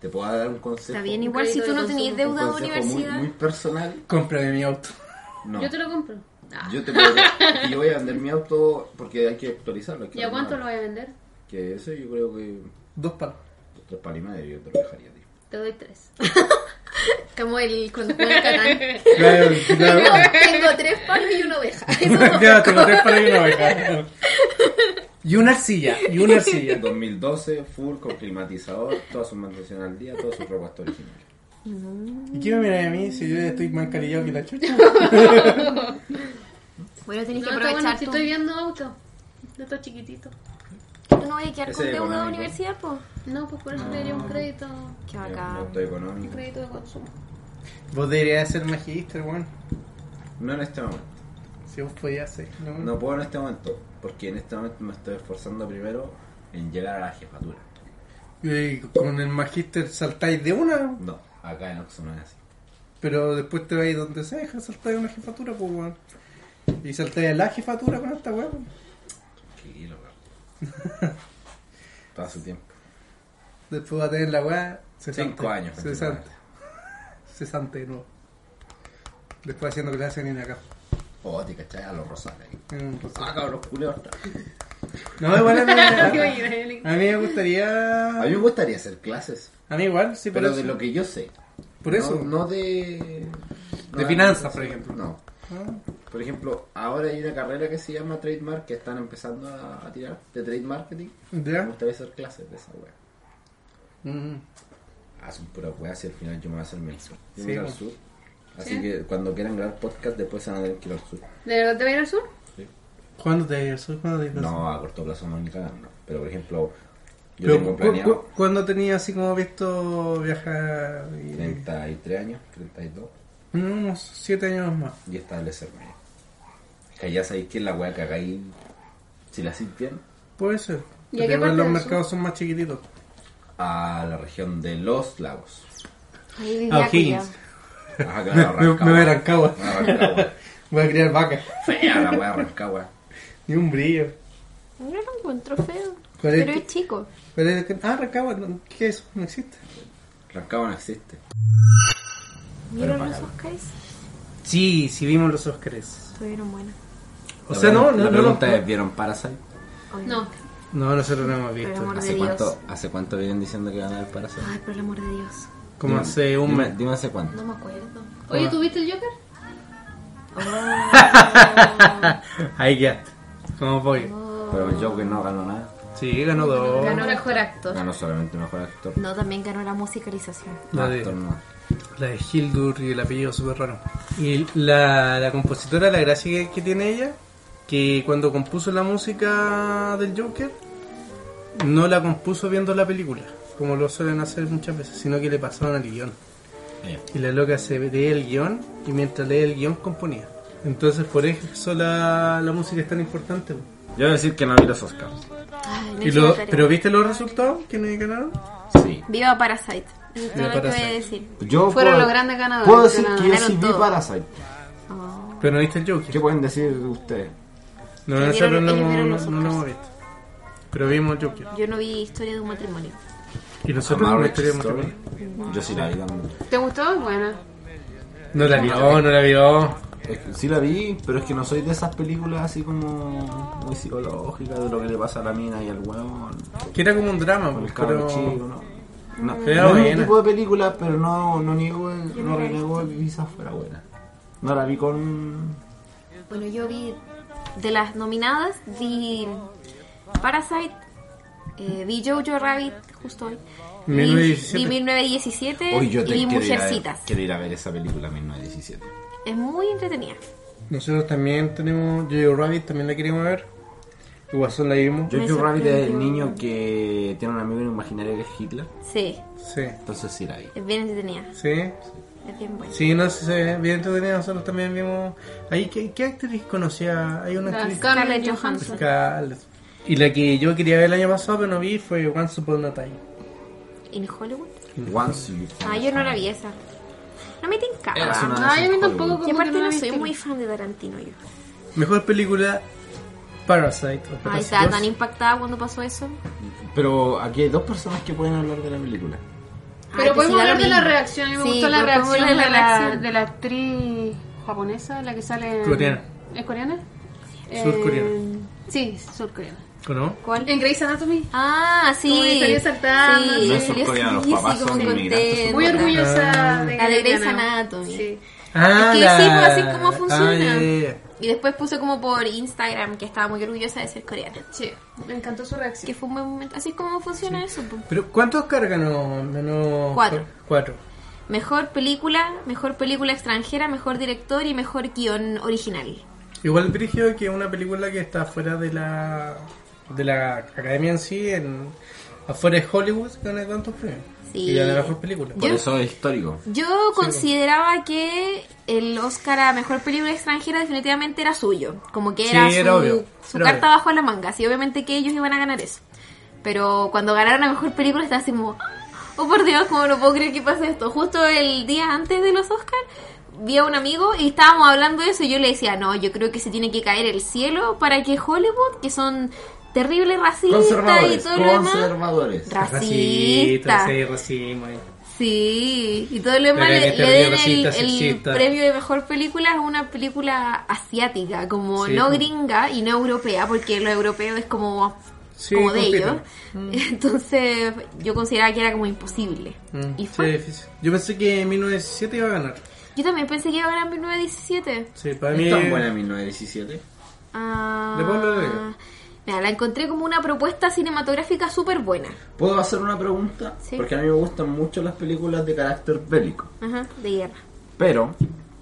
[SPEAKER 2] te puedo dar un consejo.
[SPEAKER 3] Está bien,
[SPEAKER 2] un
[SPEAKER 3] igual si tú no
[SPEAKER 5] crédito de
[SPEAKER 3] tenías
[SPEAKER 5] consumo.
[SPEAKER 3] deuda de
[SPEAKER 2] consejo muy,
[SPEAKER 3] universidad.
[SPEAKER 2] muy personal.
[SPEAKER 1] Cómprame mi auto.
[SPEAKER 2] No.
[SPEAKER 5] Yo te lo compro. Ah,
[SPEAKER 2] Yo te puedo- y yo voy a vender mi auto porque hay que actualizarlo. hay que
[SPEAKER 5] ¿Y a cuánto lo
[SPEAKER 2] renovarlo.
[SPEAKER 5] voy a vender?
[SPEAKER 2] Que eso yo creo que
[SPEAKER 1] Dos palos.
[SPEAKER 2] tres palos y medio yo te lo dejaría a ti.
[SPEAKER 3] Te doy tres. Como el cuando
[SPEAKER 5] (laughs)
[SPEAKER 3] juega al Catán.
[SPEAKER 1] Claro,
[SPEAKER 3] Tengo,
[SPEAKER 1] claro.
[SPEAKER 3] tengo tres palos y
[SPEAKER 1] (laughs)
[SPEAKER 3] una oveja.
[SPEAKER 1] ya, tengo tres palos y una oveja. Y una arcilla, y una arcilla.
[SPEAKER 2] 2012, full, con climatizador, toda su mantención al día, toda su ropa está original.
[SPEAKER 1] ¿Y qué me miras a mí si yo estoy más encarillado que la
[SPEAKER 2] (laughs)
[SPEAKER 1] chucha?
[SPEAKER 3] Bueno,
[SPEAKER 5] No,
[SPEAKER 3] tenés que
[SPEAKER 5] está bueno,
[SPEAKER 3] aprovechar
[SPEAKER 5] si
[SPEAKER 3] tu...
[SPEAKER 5] estoy viendo auto. No está chiquitito.
[SPEAKER 3] ¿Tú no vas a quedar
[SPEAKER 2] Ese
[SPEAKER 3] con
[SPEAKER 2] es
[SPEAKER 3] deuda de la
[SPEAKER 2] económico.
[SPEAKER 3] universidad, po?
[SPEAKER 5] No, pues por eso te
[SPEAKER 2] Ah.
[SPEAKER 5] daría un crédito.
[SPEAKER 3] Qué
[SPEAKER 2] Yo
[SPEAKER 3] bacán.
[SPEAKER 2] No estoy económico.
[SPEAKER 5] Crédito
[SPEAKER 2] (laughs)
[SPEAKER 5] de consumo. (laughs)
[SPEAKER 1] Vos deberías ser magíster, weón.
[SPEAKER 2] No en este momento.
[SPEAKER 1] Si vos podías ser. No,
[SPEAKER 2] No puedo en este momento, porque en este momento me estoy esforzando primero en llegar a la jefatura.
[SPEAKER 1] Y con el magíster saltáis de una,
[SPEAKER 2] No, acá en Oxxo no es así.
[SPEAKER 1] pero después te vais donde sea, deja saltar de una jefatura, pues weón. Y saltáis a la jefatura con esta weón.
[SPEAKER 2] Tranquilo,
[SPEAKER 1] (laughs)
[SPEAKER 2] Todo su tiempo.
[SPEAKER 1] Después va a tener la weá. cesante.
[SPEAKER 2] Cinco años.
[SPEAKER 1] Cesante. Cesante de nuevo. Después haciendo clases en acá.
[SPEAKER 2] Oh, te cachai a los rosales.
[SPEAKER 1] En un rosal.
[SPEAKER 2] Ah, cabros, culeos.
[SPEAKER 1] No, igual a mí, (laughs) a
[SPEAKER 5] Yo
[SPEAKER 1] mí me gustaría.
[SPEAKER 2] A mí me gustaría hacer clases,
[SPEAKER 1] A mí igual, sí, por
[SPEAKER 2] pero
[SPEAKER 1] eso.
[SPEAKER 2] de lo que yo sé.
[SPEAKER 1] Por
[SPEAKER 2] No-
[SPEAKER 1] eso.
[SPEAKER 2] No de... no
[SPEAKER 1] De finanzas, por ejemplo.
[SPEAKER 2] No.
[SPEAKER 1] Ah,
[SPEAKER 2] Por ejemplo, ahora hay una carrera que se llama Trademark que están empezando a, a tirar de Trade Marketing. Me
[SPEAKER 1] ¿Ya?
[SPEAKER 2] gustaría hacer clases de esa wea.
[SPEAKER 1] Mm.
[SPEAKER 2] Hacen pura wea si al final yo me voy a hacer mensual.
[SPEAKER 1] Sí,
[SPEAKER 2] Yo
[SPEAKER 1] pues.
[SPEAKER 2] me voy a ir
[SPEAKER 1] po.
[SPEAKER 2] al sur. Así que cuando quieran grabar podcast, después se van a tener que ir al sur.
[SPEAKER 5] ¿De verdad te voy a ir al sur?
[SPEAKER 1] ¿Cuándo te ibas? ¿Cuándo te ibas?
[SPEAKER 2] No, a corto plazo no ni cagando. Pero por ejemplo, yo
[SPEAKER 1] Pero,
[SPEAKER 2] tengo
[SPEAKER 1] ¿cu-
[SPEAKER 2] planeado
[SPEAKER 1] cu- ¿Cuándo tenías así como visto viajar? Y...
[SPEAKER 2] 33 años, 32
[SPEAKER 1] Mm, Unos 7 años más.
[SPEAKER 2] y establecerme. Es que ya sabéis que es la wea que hagáis si la hacéis bien
[SPEAKER 1] Puede ser.
[SPEAKER 5] ¿Y a
[SPEAKER 1] Porque
[SPEAKER 5] qué
[SPEAKER 1] igual
[SPEAKER 5] parte
[SPEAKER 1] los
[SPEAKER 5] del
[SPEAKER 1] mercados son más chiquititos.
[SPEAKER 2] a la región de los lagos.
[SPEAKER 3] Ahí
[SPEAKER 1] Ah,
[SPEAKER 3] vivía
[SPEAKER 1] O'Higgins.
[SPEAKER 3] culiao.
[SPEAKER 2] Ajá,
[SPEAKER 1] (laughs) Me- me- me voy a Rancagua.
[SPEAKER 2] Me voy a Rancagua.
[SPEAKER 1] Voy a criar vacas. (laughs)
[SPEAKER 2] Fea la wea Rancagua.
[SPEAKER 1] Ni un brillo.
[SPEAKER 3] Yo lo encuentro feo.
[SPEAKER 1] ¿Cuál es
[SPEAKER 3] Pero
[SPEAKER 1] tu-
[SPEAKER 3] es chico.
[SPEAKER 1] Pero es que- Ah, Rancagua, no, ¿qué es eso? No existe.
[SPEAKER 2] Rancagua no existe.
[SPEAKER 3] Mira los
[SPEAKER 2] bacán.
[SPEAKER 3] Oscars.
[SPEAKER 1] Sí, sí vimos los Oscars.
[SPEAKER 3] Estuvieron buenos.
[SPEAKER 1] O
[SPEAKER 2] La
[SPEAKER 1] sea, no, no,
[SPEAKER 2] pregun- La
[SPEAKER 1] no, no,
[SPEAKER 2] pregunta es, ¿vieron Parasite?
[SPEAKER 3] Obvio.
[SPEAKER 5] No.
[SPEAKER 1] no, nosotros no hemos
[SPEAKER 3] Pero
[SPEAKER 1] visto.
[SPEAKER 3] amor-
[SPEAKER 2] ¿Hace
[SPEAKER 3] de
[SPEAKER 2] cuánto,
[SPEAKER 3] Dios.
[SPEAKER 2] ¿Hace cuánto vienen diciendo que van a ver Parasite?
[SPEAKER 3] Ay, por el amor de Dios.
[SPEAKER 1] Como
[SPEAKER 2] Dime-
[SPEAKER 1] hace un
[SPEAKER 2] dime-
[SPEAKER 1] mes.
[SPEAKER 2] Dime hace cuánto.
[SPEAKER 3] No me acuerdo.
[SPEAKER 5] Oye, ¿tú viste el Joker?
[SPEAKER 1] Ahí ya. Como voy.
[SPEAKER 2] Pero el Joker no ganó nada.
[SPEAKER 1] Sí, ganó dos.
[SPEAKER 3] Ganó mejor actor.
[SPEAKER 2] Ganó solamente mejor actor.
[SPEAKER 3] No, también ganó la musicalización.
[SPEAKER 1] La
[SPEAKER 2] Actor
[SPEAKER 1] de,
[SPEAKER 2] no.
[SPEAKER 1] la de Hildur y el apellido súper raro. Y la, la compositora, la gracia que, que tiene ella, que cuando compuso la música del Joker, no la compuso viendo la película, como lo suelen hacer muchas veces, sino que le pasaron al guión.
[SPEAKER 2] Ella.
[SPEAKER 1] Y la loca se leía el guión y mientras leía el guión componía. Entonces por eso la, la música es tan importante. po.
[SPEAKER 2] Yo voy a decir que no vi los Oscars.
[SPEAKER 3] Ay, no
[SPEAKER 1] Y
[SPEAKER 3] hice
[SPEAKER 1] lo-
[SPEAKER 3] la tarea.
[SPEAKER 1] ¿Pero viste los resultados que me ganaron?
[SPEAKER 2] Sí.
[SPEAKER 3] Viva Parasite. Es todo lo que voy a
[SPEAKER 1] Parasite.
[SPEAKER 3] decir.
[SPEAKER 2] Yo
[SPEAKER 5] Fueron
[SPEAKER 2] puedo-
[SPEAKER 5] los grandes ganadores,
[SPEAKER 2] Puedo decir
[SPEAKER 5] ganaron-
[SPEAKER 2] que yo sí
[SPEAKER 3] ganaron
[SPEAKER 2] vi
[SPEAKER 3] todo.
[SPEAKER 2] Parasite.
[SPEAKER 3] Oh.
[SPEAKER 1] Pero no viste el Joker.
[SPEAKER 2] ¿Qué pueden decir ustedes?
[SPEAKER 1] No,
[SPEAKER 3] Ellos
[SPEAKER 1] nosotros
[SPEAKER 3] vieron-
[SPEAKER 1] no,
[SPEAKER 3] ellos vieron
[SPEAKER 1] no-
[SPEAKER 3] los
[SPEAKER 1] no lo hemos visto. Pero vimos el Joker.
[SPEAKER 3] Yo no vi historia de un matrimonio.
[SPEAKER 1] Y
[SPEAKER 2] A
[SPEAKER 1] nosotros no
[SPEAKER 2] Marriage
[SPEAKER 1] estaríamos
[SPEAKER 2] Story.
[SPEAKER 1] tomando.
[SPEAKER 2] Yo sí la vi también.
[SPEAKER 5] ¿Te gustó? Bueno.
[SPEAKER 1] No la vio, no la vio.
[SPEAKER 2] Es que Sí la vi, pero es que no soy de esas películas así como muy psicológicas de lo que le pasa a la mina y al huevón.
[SPEAKER 1] Que era como un drama, pues,
[SPEAKER 2] Con el cabro
[SPEAKER 1] pero...
[SPEAKER 2] chico, ¿no? Eh, No,
[SPEAKER 1] Qué
[SPEAKER 2] no es
[SPEAKER 1] buena.
[SPEAKER 2] mi tipo de película, pero no, no niego, el- no renego que quizás fuera buena. No la vi con...
[SPEAKER 3] Bueno, yo vi de las nominadas, vi Parasite, eh, vi Jojo Rabbit justo hoy. vi-
[SPEAKER 1] 1917.
[SPEAKER 3] Vi 1917
[SPEAKER 2] Hoy yo te
[SPEAKER 3] Eh, y vi
[SPEAKER 2] quiero ir, a ver,
[SPEAKER 3] Mujercitas.
[SPEAKER 2] quiero ir a ver esa película 1917.
[SPEAKER 3] Es muy entretenida.
[SPEAKER 1] Nosotros también tenemos... Jojo Rabbit también la queríamos ver. El Guasón la vimos.
[SPEAKER 3] Me
[SPEAKER 2] Jojo Rabbit es
[SPEAKER 3] sorprendió.
[SPEAKER 2] el niño que tiene un amigo imaginario que es Hitler,
[SPEAKER 3] Sí,
[SPEAKER 1] Sí.
[SPEAKER 2] entonces sí la vi.
[SPEAKER 3] es bien entretenida.
[SPEAKER 1] Sí.
[SPEAKER 3] Es bien buena.
[SPEAKER 1] Sí, no sé, se ve bien entretenida. Nosotros también vimos... Ahí, ¿qué, qué actriz conocía? Hay una
[SPEAKER 5] La
[SPEAKER 1] actriz...
[SPEAKER 5] Ah, Scarlett
[SPEAKER 3] Scarlett
[SPEAKER 5] Johansson.
[SPEAKER 1] Scarlett. Y la que yo quería ver el año pasado, pero no vi, fue Once Upon a Time.
[SPEAKER 3] ¿En Hollywood?
[SPEAKER 2] Once you
[SPEAKER 3] Ah, yo no la vi esa. No me tinca.
[SPEAKER 2] Era una de
[SPEAKER 5] No,
[SPEAKER 2] esas
[SPEAKER 5] Ah, yo a mí
[SPEAKER 2] Hollywood.
[SPEAKER 5] tampoco
[SPEAKER 3] Y
[SPEAKER 5] como que
[SPEAKER 3] aparte
[SPEAKER 5] no la
[SPEAKER 3] no soy
[SPEAKER 5] viste.
[SPEAKER 3] muy fan de Tarantino yo.
[SPEAKER 1] Mejor película... Parasite. o
[SPEAKER 3] Ay,
[SPEAKER 1] Parásitos.
[SPEAKER 3] estaba tan impactada cuando pasó eso.
[SPEAKER 2] Pero aquí hay dos personas que pueden hablar de la película.
[SPEAKER 3] Ay, que
[SPEAKER 5] Pero podemos
[SPEAKER 3] siga lo
[SPEAKER 5] hablar de la
[SPEAKER 3] mismo.
[SPEAKER 5] reacción. A mí me
[SPEAKER 3] Sí,
[SPEAKER 5] gustó la
[SPEAKER 3] podemos
[SPEAKER 5] reacción de
[SPEAKER 3] hablar
[SPEAKER 5] la,
[SPEAKER 3] de la reacción.
[SPEAKER 5] de la actriz japonesa, la que sale. en-
[SPEAKER 1] Coreana.
[SPEAKER 5] ¿Es coreana?
[SPEAKER 1] Surcoreana.
[SPEAKER 5] Eh, Sí, surcoreana.
[SPEAKER 1] ¿O no?
[SPEAKER 3] ¿Cuál?
[SPEAKER 5] En Grey's Anatomy.
[SPEAKER 3] Ah, sí.
[SPEAKER 5] Como que salió saltando,
[SPEAKER 3] Sí,
[SPEAKER 5] No
[SPEAKER 2] es surcoreano, los
[SPEAKER 3] sí,
[SPEAKER 2] papás
[SPEAKER 3] sí,
[SPEAKER 2] son
[SPEAKER 3] como
[SPEAKER 2] inmigrantes
[SPEAKER 3] contento.
[SPEAKER 5] Muy orgullosa de
[SPEAKER 3] La de Grey's
[SPEAKER 5] Anatomy.
[SPEAKER 3] Anatomy.
[SPEAKER 5] Sí.
[SPEAKER 1] Ah,
[SPEAKER 3] Es que sí, pues, así es como
[SPEAKER 1] la-
[SPEAKER 3] funciona.
[SPEAKER 1] Ah, ya, ya, ya.
[SPEAKER 3] Y después puso como por Instagram que estaba muy orgullosa de ser coreana.
[SPEAKER 5] Sí, me encantó su
[SPEAKER 3] Que
[SPEAKER 5] reacción.
[SPEAKER 3] fue un buen momento. Así es como funciona eso. pues. po.
[SPEAKER 1] Pero ¿cuántos cargan o menos?
[SPEAKER 3] Cuatro.
[SPEAKER 1] Cuatro.
[SPEAKER 3] Mejor película, mejor película extranjera, mejor director y mejor guión original.
[SPEAKER 1] Igual Brigio que una película que está fuera de la de la academia en sí, en, afuera de Hollywood, gana tantos premios.
[SPEAKER 3] Sí.
[SPEAKER 1] Y gana la mejor película.
[SPEAKER 3] Yo-
[SPEAKER 2] Por eso es histórico.
[SPEAKER 3] Yo consideraba que el Oscar a mejor película extranjera definitivamente era suyo. Como que
[SPEAKER 1] Sí,
[SPEAKER 3] era su,
[SPEAKER 1] era obvio,
[SPEAKER 3] su
[SPEAKER 1] era
[SPEAKER 3] carta
[SPEAKER 1] obvio.
[SPEAKER 3] bajo la manga. Así obviamente que ellos iban a ganar eso. Pero cuando ganaron la mejor película estaba así como... Oh por Dios, como no puedo creer que pase esto. Justo el día antes de los Oscar vi a un amigo y estábamos hablando de eso y yo le decía, no, yo creo que se tiene que caer el cielo para que Hollywood, que son terribles racistas y
[SPEAKER 2] Conservadores.
[SPEAKER 3] todo lo demás...
[SPEAKER 2] Conservadores.
[SPEAKER 3] Racistas.
[SPEAKER 1] sí, racismo. eh.
[SPEAKER 3] Sí, y todo lo demás
[SPEAKER 1] Pero
[SPEAKER 3] le,
[SPEAKER 1] que
[SPEAKER 3] le
[SPEAKER 1] perdió
[SPEAKER 3] den el,
[SPEAKER 1] racista,
[SPEAKER 3] el
[SPEAKER 1] sexista.
[SPEAKER 3] premio de mejor película a una película asiática, como
[SPEAKER 1] Sí,
[SPEAKER 3] no
[SPEAKER 1] como-
[SPEAKER 3] gringa y no europea, porque lo europeo es como,
[SPEAKER 1] Sí, Mm.
[SPEAKER 3] como de
[SPEAKER 1] compito.
[SPEAKER 3] ellos. (laughs) Entonces yo consideraba que era como imposible.
[SPEAKER 1] Mm,
[SPEAKER 3] y
[SPEAKER 1] sí,
[SPEAKER 3] fue.
[SPEAKER 1] difícil. Yo pensé que 1917 iba a ganar.
[SPEAKER 3] Yo también pensé que iba a ganar 1917.
[SPEAKER 1] Sí, para mí.
[SPEAKER 2] ¿Es tan buena 1917?
[SPEAKER 3] Ah,
[SPEAKER 1] De Pablo Neruda.
[SPEAKER 3] mira, la encontré como una propuesta cinematográfica súper buena.
[SPEAKER 2] ¿Puedo hacer una pregunta?
[SPEAKER 3] Sí.
[SPEAKER 2] Porque a mí me gustan mucho las películas de carácter bélico.
[SPEAKER 3] Ajá, de guerra.
[SPEAKER 2] Pero,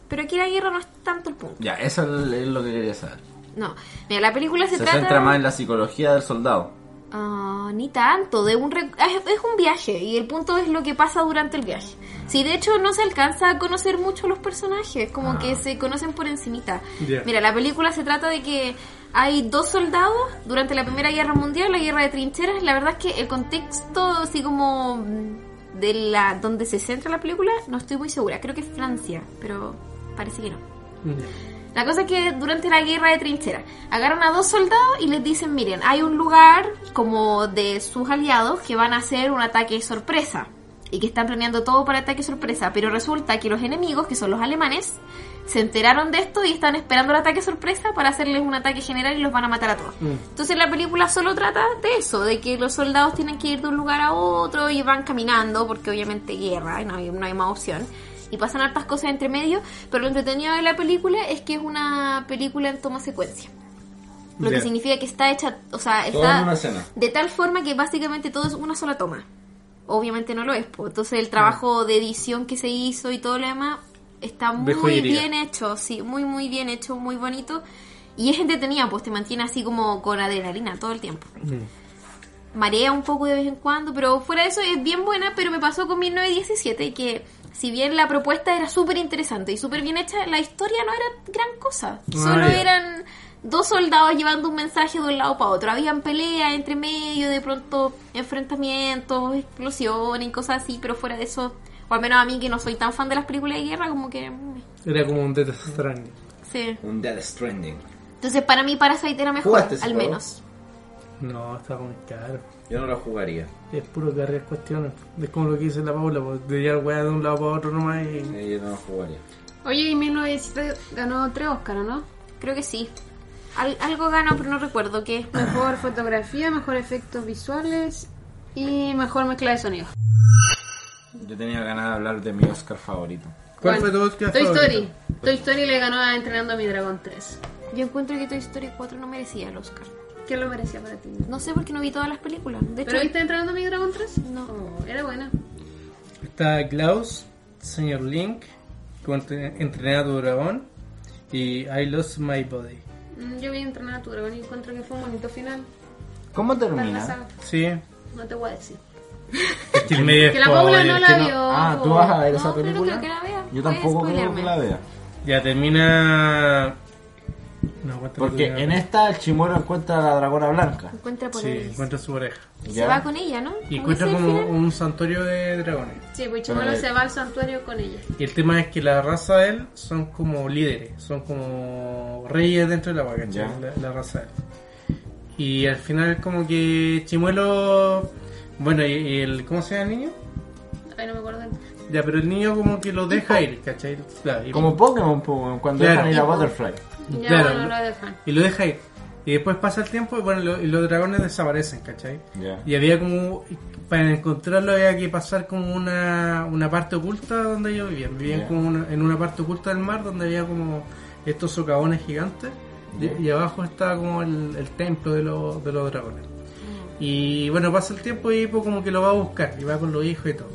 [SPEAKER 3] Pero aquí la guerra no es tanto el punto.
[SPEAKER 2] ya, eso es lo que quería saber.
[SPEAKER 3] No, mira, la película se,
[SPEAKER 2] Se
[SPEAKER 3] trata...
[SPEAKER 2] centra más en la psicología del soldado.
[SPEAKER 3] Ah, ni tanto, de un rec- es, es un viaje y el punto es lo que pasa durante el viaje. Sí, de hecho no se alcanza a conocer mucho los personajes, como que se conocen por encimita.
[SPEAKER 1] Ya.
[SPEAKER 3] Mira, la película se trata de que hay dos soldados durante la Primera Guerra Mundial, la Guerra de Trincheras, la verdad es que el contexto así como mm, de la donde se centra la película, no estoy muy segura, creo que es Francia, pero parece que no.
[SPEAKER 1] Mm.
[SPEAKER 3] La cosa es que durante la guerra de trincheras agarran a dos soldados y les dicen, miren, hay un lugar como de sus aliados que van a hacer un ataque sorpresa y que están planeando todo para ataque sorpresa, pero resulta que los enemigos, que son los alemanes, se enteraron de esto y están esperando el ataque sorpresa para hacerles un ataque general y los van a matar a todos. Entonces la película solo trata de eso, de que los soldados tienen que ir de un lugar a otro y van caminando, porque obviamente guerra y no hay, no hay más opción. Y pasan hartas cosas entre medio, pero lo entretenido de la película es que es una película en toma secuencia. Lo
[SPEAKER 1] Ya.
[SPEAKER 3] que significa que está hecha, o sea,
[SPEAKER 2] Todo
[SPEAKER 3] está
[SPEAKER 2] en una escena.
[SPEAKER 3] de tal forma que básicamente todo es una sola toma. Obviamente no lo es, po. entonces el
[SPEAKER 2] Mm.
[SPEAKER 3] trabajo de edición que se hizo y todo lo demás está muy
[SPEAKER 1] De joyería.
[SPEAKER 3] bien hecho, sí, muy muy bien hecho, muy bonito. Y es entretenida, pues te mantiene así como con adrenalina todo el tiempo. Marea un poco de vez en cuando, pero fuera de eso es bien buena, pero me pasó con 1917 que si bien la propuesta era súper interesante y súper bien hecha, la historia no era gran cosa.
[SPEAKER 1] Ah,
[SPEAKER 3] Solo
[SPEAKER 1] ya.
[SPEAKER 3] eran dos soldados llevando un mensaje de un lado para otro. Habían peleas entre medio, de pronto enfrentamientos, explosiones y cosas así, pero fuera de eso, o al menos a mí que no soy tan fan de las películas de guerra, como que... mm,
[SPEAKER 1] Era como un Death Stranding.
[SPEAKER 3] Sí.
[SPEAKER 2] Un Death Stranding.
[SPEAKER 3] Entonces para mí Parasite era mejor,
[SPEAKER 2] ¿Jugaste ese
[SPEAKER 3] al
[SPEAKER 2] juego?
[SPEAKER 3] menos.
[SPEAKER 1] No, estaba muy caro.
[SPEAKER 2] Yo no lo jugaría.
[SPEAKER 1] Es puro carreras cuestiones. Es como lo que dice la Paula, pues, de llevar weá de un lado para otro nomás y.
[SPEAKER 2] Sí, Eh, yo no lo jugaría.
[SPEAKER 5] Oye, y 1917 ganó tres Óscaros, ¿no?
[SPEAKER 3] Creo que sí. Al- algo ganó, pero no recuerdo qué.
[SPEAKER 5] Mejor fotografía, mejor efectos visuales y mejor mezcla de sonido.
[SPEAKER 2] Yo tenía ganas de hablar de mi Oscar favorito.
[SPEAKER 1] ¿Cuál fue tu Oscar
[SPEAKER 5] Toy
[SPEAKER 1] favorito?
[SPEAKER 5] Story. Toy Story le ganó a Entrenando a mi Dragón 3.
[SPEAKER 3] Yo encuentro que Toy Story 4 no merecía el Oscar.
[SPEAKER 5] ¿Qué lo merecía para ti?
[SPEAKER 3] No sé por qué no vi todas las películas. De hecho,
[SPEAKER 5] ¿Pero viste Entrenando a mi Dragón 3?
[SPEAKER 3] No.
[SPEAKER 5] Oh, era buena.
[SPEAKER 1] Está Klaus, Señor Link, con Entre- Entrenado Dragón y I Lost My Body.
[SPEAKER 5] Mm, Yo vi Entrenar a tu Dragón y encuentro que fue un bonito final
[SPEAKER 2] ¿Cómo
[SPEAKER 5] para la
[SPEAKER 2] termina?
[SPEAKER 5] saga.
[SPEAKER 1] Sí,
[SPEAKER 5] No te voy a decir.
[SPEAKER 1] es (laughs) que el medio es
[SPEAKER 5] Que la Paula
[SPEAKER 1] spoiler,
[SPEAKER 5] no
[SPEAKER 1] que
[SPEAKER 5] la
[SPEAKER 1] no-
[SPEAKER 5] vio.
[SPEAKER 2] Ah, ¿tú
[SPEAKER 5] po.
[SPEAKER 2] vas a ver
[SPEAKER 3] No,
[SPEAKER 2] esa
[SPEAKER 3] pero no
[SPEAKER 2] película?
[SPEAKER 3] creo que la vea.
[SPEAKER 2] Yo
[SPEAKER 3] Puedes
[SPEAKER 2] tampoco creo
[SPEAKER 3] spoilearme.
[SPEAKER 2] que la vea.
[SPEAKER 1] Ya termina. No, ¿cuánto
[SPEAKER 2] Porque
[SPEAKER 1] termina?
[SPEAKER 2] en esta el Chimoro encuentra a la dragona blanca.
[SPEAKER 3] encuentra por
[SPEAKER 1] Sí,
[SPEAKER 3] ahí.
[SPEAKER 1] encuentra su oreja.
[SPEAKER 3] Y
[SPEAKER 2] Ya.
[SPEAKER 3] se va con ella, ¿no?
[SPEAKER 1] Y
[SPEAKER 3] ¿Cómo
[SPEAKER 1] encuentra
[SPEAKER 3] dice el
[SPEAKER 1] como
[SPEAKER 3] final?
[SPEAKER 1] un santuario de dragones.
[SPEAKER 5] Sí, pues
[SPEAKER 1] eh.
[SPEAKER 5] Chimolo
[SPEAKER 2] Pero-
[SPEAKER 5] se va al santuario con ella.
[SPEAKER 1] Y el tema es que la raza de él son como líderes, son como reyes dentro de la vaca,
[SPEAKER 2] Ya.
[SPEAKER 1] la, la raza de él. Y al final como que Chimuelo... Bueno, y, y el... ¿Cómo se llama el niño?
[SPEAKER 5] Ay, no me acuerdo.
[SPEAKER 1] Ya, pero el niño como que lo deja ir, ¿cachai? Claro, y,
[SPEAKER 2] Como Pokémon, po, weón, cuando
[SPEAKER 1] Claro.
[SPEAKER 2] dejan ir a Butterfly.
[SPEAKER 5] Ya
[SPEAKER 1] Claro.
[SPEAKER 5] bueno, lo dejan.
[SPEAKER 1] y lo deja ir. Y Y después pasa el tiempo y bueno, lo- y los dragones desaparecen, ¿cachai?
[SPEAKER 2] Ya.
[SPEAKER 1] Y había como, para encontrarlo había que pasar como una, una parte oculta donde ellos vivían. Vivían
[SPEAKER 2] Ya.
[SPEAKER 1] como una- en una parte oculta del mar donde había como estos socavones gigantes y,
[SPEAKER 2] Ya.
[SPEAKER 1] y abajo estaba como el, el templo de, los de los dragones.
[SPEAKER 5] Mm.
[SPEAKER 1] Y bueno, pasa el tiempo y Hippo como que lo va a buscar y va con los hijos y todo.